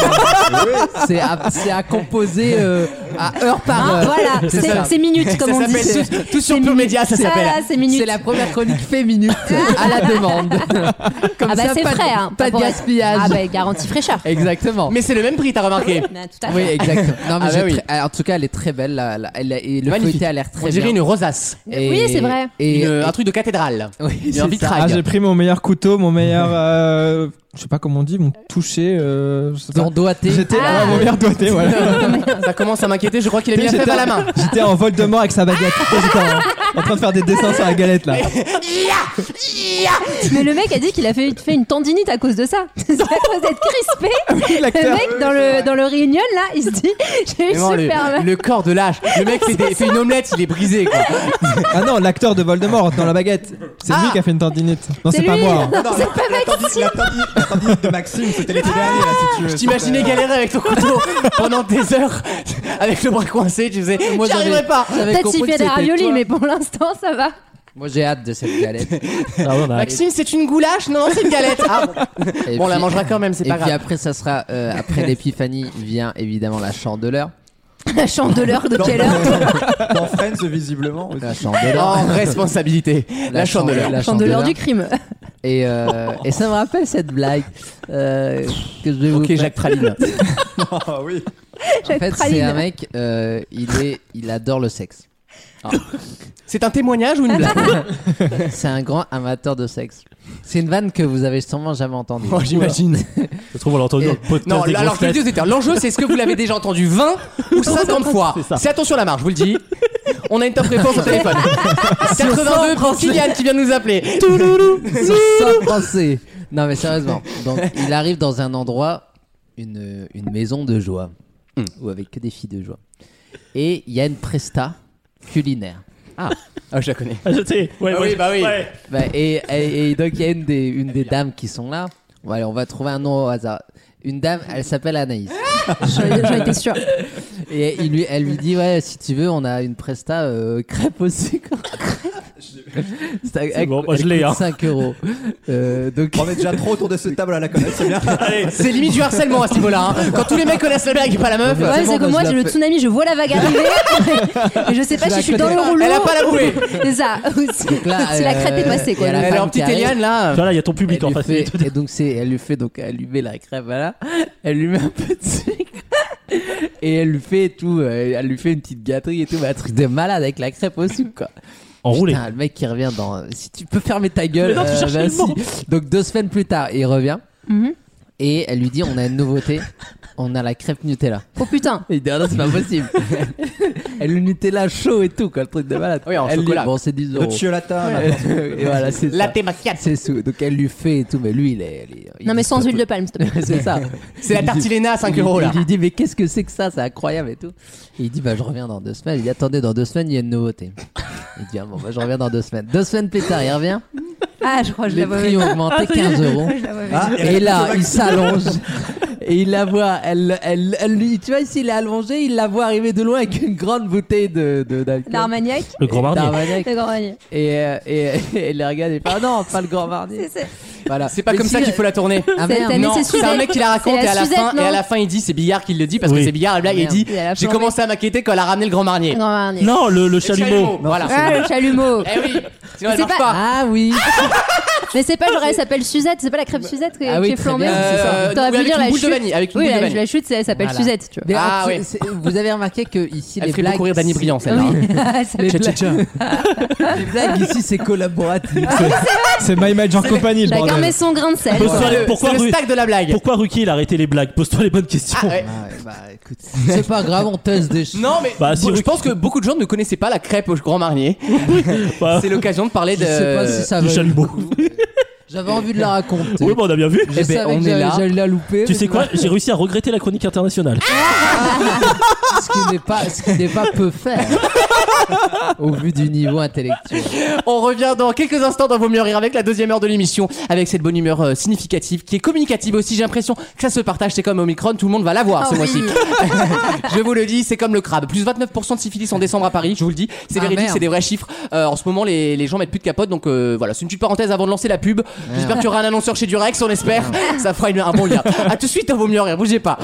Speaker 7: Exactement. c'est à, c'est à composer euh, à heure par
Speaker 4: Hein,
Speaker 7: heure.
Speaker 4: voilà,
Speaker 7: Ah, C'est
Speaker 4: c'est
Speaker 7: ça.
Speaker 4: c'est minute comme
Speaker 2: Ça
Speaker 4: on dit.
Speaker 2: s'appelle tout, tout sur Pure Média, ça
Speaker 4: Ah
Speaker 2: s'appelle.
Speaker 4: là, c'est minute.
Speaker 7: C'est la première chronique féminine à la demande. Comme
Speaker 4: ah bah
Speaker 7: ça,
Speaker 4: c'est
Speaker 7: pas de-
Speaker 4: frais, hein,
Speaker 7: pas de
Speaker 4: pour-
Speaker 7: gaspillage.
Speaker 4: Ah bah garantie fraîcheur.
Speaker 7: Exactement.
Speaker 2: Mais c'est le même prix, t'as remarqué.
Speaker 4: Bah, tout à
Speaker 7: Oui,
Speaker 4: fait.
Speaker 7: exactement. Non, mais
Speaker 2: Ah bah
Speaker 7: j'ai
Speaker 2: oui.
Speaker 7: très- alors, en tout cas, elle est très belle. la- la- elle- et le
Speaker 2: Magnifique.
Speaker 7: feuilleté a l'air très
Speaker 2: On dirait
Speaker 7: bien.
Speaker 2: une rosace.
Speaker 7: Oui, c'est vrai.
Speaker 2: Et Une- euh, un truc de cathédrale.
Speaker 7: Oui,
Speaker 2: Et un vitrail.
Speaker 3: Ah, j'ai pris mon meilleur couteau, mon meilleur. euh, je sais pas comment on dit, mon toucher. Euh, je sais pas.
Speaker 7: Ton doigté.
Speaker 3: J'étais.
Speaker 7: Ah.
Speaker 3: ouais, mon meilleur doigté, voilà.
Speaker 2: Ça commence à m'inquiéter, je crois qu'il a mis la
Speaker 3: J'étais-
Speaker 2: fève à la main.
Speaker 3: J'étais en vol de mort avec sa baguette. J'étais hein. en, en train de faire des dessins sur la galette là.
Speaker 4: Mais le mec a dit qu'il a fait, fait une tendinite à cause de ça. C'est à cause d'être crispé. le
Speaker 3: l'acteur.
Speaker 4: mec dans le, dans le réunion là, il se dit j'ai eu
Speaker 2: Vraiment, le,
Speaker 4: super mal.
Speaker 2: le corps de l'âge. Le mec fait, des- fait une omelette, il est brisé. Quoi.
Speaker 3: Ah non, l'acteur de Voldemort dans la baguette. C'est lui qui a fait une tendinite. Non, Ah. c'est
Speaker 4: C'est
Speaker 3: pas
Speaker 4: lui.
Speaker 3: moi. hein.
Speaker 4: Non, c'est pas
Speaker 6: La
Speaker 4: Maxime.
Speaker 6: tendinite- la tendinite- la tendinite de Maxime, c'était l'été dernier, là, si tu veux.
Speaker 2: Je t'imaginais galérer avec ton couteau pendant des heures avec le bras coincé. Tu faisais,
Speaker 7: Moi,
Speaker 2: j'y arriverai
Speaker 7: j'avais-
Speaker 2: pas.
Speaker 7: j'avais
Speaker 4: Peut-être
Speaker 7: compris
Speaker 4: s'il fait
Speaker 7: que
Speaker 4: des
Speaker 7: c'était
Speaker 4: raviolis,
Speaker 7: toi.
Speaker 4: mais pour l'instant ça va.
Speaker 7: Moi, j'ai hâte de cette galette.
Speaker 5: Ah, ouais, on a-
Speaker 2: Maxime, c'est une goulache Non, non, c'est une galette. Ah, bon.
Speaker 7: Et
Speaker 2: Bon, on la
Speaker 7: puis-
Speaker 2: mangera quand même, c'est
Speaker 7: Et
Speaker 2: pas
Speaker 7: puis
Speaker 2: grave.
Speaker 7: après, ça sera euh, après l'épiphanie vient évidemment la chandeleur.
Speaker 4: La chandeleur de quelle heure
Speaker 6: Dans Friends, visiblement.
Speaker 7: La chandeleur.
Speaker 2: En responsabilité, la,
Speaker 7: La
Speaker 2: Oh, chandeleur.
Speaker 7: chandelle.
Speaker 4: La chandeleur du crime.
Speaker 7: Et, euh, et ça me rappelle cette blague euh, que je vais vous
Speaker 2: Ok,
Speaker 7: faire.
Speaker 2: Jacques Praline.
Speaker 6: Ah oui.
Speaker 7: En fait, c'est
Speaker 4: Praline.
Speaker 7: un mec, euh, il est, il adore le sexe.
Speaker 2: C'est un témoignage ou une blague
Speaker 7: C'est un grand amateur de sexe. C'est une vanne que vous avez sûrement jamais entendue.
Speaker 5: Oh,
Speaker 2: Moi, j'imagine.
Speaker 5: Ça se trouve, on l'a entendu dans le podcast.
Speaker 2: Non,
Speaker 5: des
Speaker 2: alors
Speaker 5: grosses
Speaker 2: je le dis
Speaker 5: têtes.
Speaker 2: aux auditeurs, l'enjeu c'est est-ce que vous l'avez déjà entendu 20 ou 50 fois C'est attention à la marche, je vous le dis. On a une top réponse au téléphone. 82 pour Kylian qui vient de nous appeler.
Speaker 7: Ils sont sans français. Non mais sérieusement. Donc il arrive dans un endroit, une, une maison de joie, ou avec que des filles de joie. Et il y a une presta culinaire.
Speaker 2: Ah, je la connais.
Speaker 5: Ah, je sais. Ouais,
Speaker 2: Ah
Speaker 5: ouais,
Speaker 2: oui, bah oui.
Speaker 5: ouais.
Speaker 7: Bah, et, et- et donc il y a une des, une des dames qui sont là. Bon, allez, on va trouver un nom au hasard. Une dame, elle s'appelle Anaïs.
Speaker 4: J'en étais sûre.
Speaker 7: Et il lui, elle lui dit ouais si tu veux on a une presta euh, crêpe au sucre. C'est à-
Speaker 5: bon, moi,
Speaker 7: elle
Speaker 5: je l'ai,
Speaker 7: coûte
Speaker 5: hein.
Speaker 7: 5 euros. Euh, donc
Speaker 6: On est déjà trop autour de cette table à la connaître, c'est bien.
Speaker 5: Allez,
Speaker 2: C'est limite du harcèlement à ce niveau-là. hein. Quand tous les mecs connaissent la blague et pas la meuf.
Speaker 4: Ouais,
Speaker 7: bon,
Speaker 4: c'est que
Speaker 7: moi,
Speaker 4: moi
Speaker 7: je
Speaker 4: j'ai
Speaker 7: la
Speaker 4: le
Speaker 7: fais.
Speaker 4: tsunami, je vois la vague arriver. et je sais pas si je suis dans le rouleau.
Speaker 2: Elle a pas la bouée.
Speaker 4: C'est ça. Ou si,
Speaker 7: là,
Speaker 4: si la
Speaker 7: euh,
Speaker 4: crête est passée quoi.
Speaker 7: et
Speaker 2: Elle est en petite
Speaker 7: Qui arrive.
Speaker 2: Eliane là.
Speaker 5: tu vois, là, il y a ton
Speaker 7: elle
Speaker 5: public en
Speaker 7: lui
Speaker 5: face.
Speaker 7: fait-
Speaker 5: il est-
Speaker 7: et donc c'est elle lui fait donc elle lui met la crêpe voilà. Elle lui met un peu de sucre. Et elle lui fait tout, euh, elle lui fait une petite gâterie et tout, mais un truc de malade avec la crêpe au sucre quoi.
Speaker 5: Enroulé.
Speaker 7: Putain, le mec qui revient dans. euh, Si tu peux fermer ta gueule. euh,
Speaker 5: Mais non, tu cherches le
Speaker 7: vas-y.
Speaker 5: mot.
Speaker 7: Donc deux semaines plus tard, il revient
Speaker 4: Mhm.
Speaker 7: et elle lui dit on a une nouveauté, on a la crêpe Nutella.
Speaker 4: Oh putain.
Speaker 7: Et il dit ah non c'est pas possible. elle le Nutella chaud et tout quoi, le truc de malade.
Speaker 2: Oui, en
Speaker 7: elle lui dit,
Speaker 2: chocolat.
Speaker 7: bon c'est 10 euros.
Speaker 6: Le chiolata, là.
Speaker 7: et voilà c'est
Speaker 2: La
Speaker 7: ça.
Speaker 2: thématique.
Speaker 7: C'est sous. Donc elle lui fait et tout, mais lui il est. il est- il
Speaker 4: Non mais
Speaker 7: est
Speaker 4: sans
Speaker 7: pas-
Speaker 4: huile de palme, s'il te plaît.
Speaker 7: c'est ça.
Speaker 2: C'est la tartilena à 5 euros là.
Speaker 7: Il lui dit mais qu'est-ce que c'est que ça, c'est incroyable et tout. Et il dit bah je reviens dans deux semaines. Il dit attendez dans deux semaines il y a une nouveauté. Il dit ah, bon bah je reviens dans deux semaines. Deux semaines plus tard il revient.
Speaker 4: Ah, je crois que je
Speaker 7: Les
Speaker 4: la vois.
Speaker 7: prix ont augmenté 15 euros.
Speaker 6: Ah,
Speaker 7: Et là, il s'allonge. Et il la voit, elle, elle, elle lui, tu vois, s'il est allongé, il la voit arriver de loin avec une grande bouteille de, de d'alcool.
Speaker 4: L'armagnac.
Speaker 5: Le grand marnier.
Speaker 7: D'Armagnac.
Speaker 4: Le grand marnier.
Speaker 7: Et, euh, et, et elle la regarde et fait, ah non, pas le grand marnier.
Speaker 4: C'est- c'est-
Speaker 7: Voilà.
Speaker 2: C'est pas
Speaker 7: Mais
Speaker 2: comme
Speaker 7: si,
Speaker 2: ça qu'il
Speaker 7: euh,
Speaker 2: faut la tourner.
Speaker 7: Ah
Speaker 4: Cette
Speaker 7: merde.
Speaker 4: année,
Speaker 2: Non,
Speaker 4: c'est
Speaker 2: c'est un
Speaker 4: Suzette.
Speaker 2: mec qui la raconte
Speaker 4: C'est
Speaker 2: et
Speaker 4: la
Speaker 2: à la
Speaker 4: Suzette,
Speaker 2: fin et à
Speaker 4: non
Speaker 2: la fin il dit c'est Billard qui le dit parce que
Speaker 5: Oui.
Speaker 2: c'est Billard la blague il
Speaker 7: Merde.
Speaker 2: dit
Speaker 4: Il a la
Speaker 2: j'ai
Speaker 4: flambée.
Speaker 2: commencé à m'inquiéter quand elle a ramené le grand marnier.
Speaker 4: Le grand marnier.
Speaker 5: Non, le, le
Speaker 2: Le
Speaker 5: chalumeau.
Speaker 2: Voilà.
Speaker 4: Ah, le chalumeau.
Speaker 2: Eh oui. Sinon elle
Speaker 4: c'est
Speaker 2: marche
Speaker 4: pas-
Speaker 2: pas.
Speaker 7: Ah oui.
Speaker 4: Mais c'est pas genre elle s'appelle Suzette, c'est pas la crêpe Suzette qui
Speaker 7: Ah oui,
Speaker 4: qui est
Speaker 7: très
Speaker 4: flambée.
Speaker 7: bien, c'est ça.
Speaker 2: Euh, non, mais
Speaker 4: T'aurais pu
Speaker 2: avec
Speaker 4: dire
Speaker 2: une
Speaker 4: la
Speaker 2: boule de
Speaker 4: chute.
Speaker 2: vanille, avec une
Speaker 4: Oui,
Speaker 2: boule de
Speaker 4: la,
Speaker 2: vanille.
Speaker 4: la chute, c'est- elle s'appelle
Speaker 7: Voilà.
Speaker 4: Suzette, tu vois.
Speaker 7: Mais
Speaker 2: Ah
Speaker 7: alors,
Speaker 2: ouais.
Speaker 7: c'est- c'est- vous avez remarqué que ici
Speaker 2: Elle
Speaker 7: les
Speaker 2: ferait
Speaker 7: blagues.
Speaker 2: beaucoup rire Dany
Speaker 7: c'est-
Speaker 2: Briand, celle-là.
Speaker 7: Oui. les,
Speaker 2: Tcha, tcha,
Speaker 7: blagues,
Speaker 2: tcha.
Speaker 7: les blagues ici c'est collaboratif.
Speaker 3: C'est My Major Company le
Speaker 4: Chacun met
Speaker 3: bordel.
Speaker 4: son grain de sel.
Speaker 5: Pose-toi
Speaker 2: C'est
Speaker 5: les-
Speaker 2: le-
Speaker 5: pourquoi
Speaker 2: c'est le
Speaker 5: Ru-
Speaker 2: stack de la blague.
Speaker 5: Pourquoi Ruki il a arrêté les blagues Pose-toi les bonnes questions.
Speaker 2: Ah, ouais.
Speaker 7: Ah, ouais, bah écoute, c'est pas grave, on teste des choses.
Speaker 2: Non mais
Speaker 5: Bah, si
Speaker 2: bon, je
Speaker 5: Ruki-
Speaker 2: pense que beaucoup de gens ne connaissaient pas la crêpe au Grand Marnier.
Speaker 5: Bah,
Speaker 2: C'est Ah l'occasion de parler de.
Speaker 7: Ah. Je sais pas si ça
Speaker 5: du
Speaker 7: va.
Speaker 5: chalumeau.
Speaker 7: J'avais envie de la raconter.
Speaker 5: Oui, bah, on a bien vu.
Speaker 7: Je
Speaker 2: Eh ben,
Speaker 7: savais
Speaker 2: on
Speaker 7: que
Speaker 2: est
Speaker 7: j'allais-
Speaker 2: là.
Speaker 7: j'allais la louper.
Speaker 5: Tu
Speaker 7: mais
Speaker 5: sais quoi J'ai réussi à regretter la chronique internationale.
Speaker 7: Ce qui n'est pas, ce qui n'est pas peu faire. Au vu du niveau intellectuel.
Speaker 2: On revient dans quelques instants dans Vos mieux rire avec la deuxième heure de l'émission, avec cette bonne humeur euh, significative qui est communicative aussi. J'ai l'impression que ça se partage. C'est comme Omicron, tout le monde va l'avoir ce
Speaker 4: Ah
Speaker 2: mois-ci. je vous le dis, c'est comme le crabe. Plus 29% de syphilis en décembre à Paris, je vous le dis. C'est
Speaker 7: Ah,
Speaker 2: véridique,
Speaker 7: merde.
Speaker 2: c'est des vrais chiffres. Euh, en ce moment, les, les gens mettent plus de capote, donc euh, voilà, c'est une petite parenthèse avant de lancer la pub.
Speaker 7: Ah.
Speaker 2: J'espère qu'il y aura un annonceur chez Durex, on espère. Ça fera une- un bon lien. À tout de suite dans Vos mieux rire, bougez pas.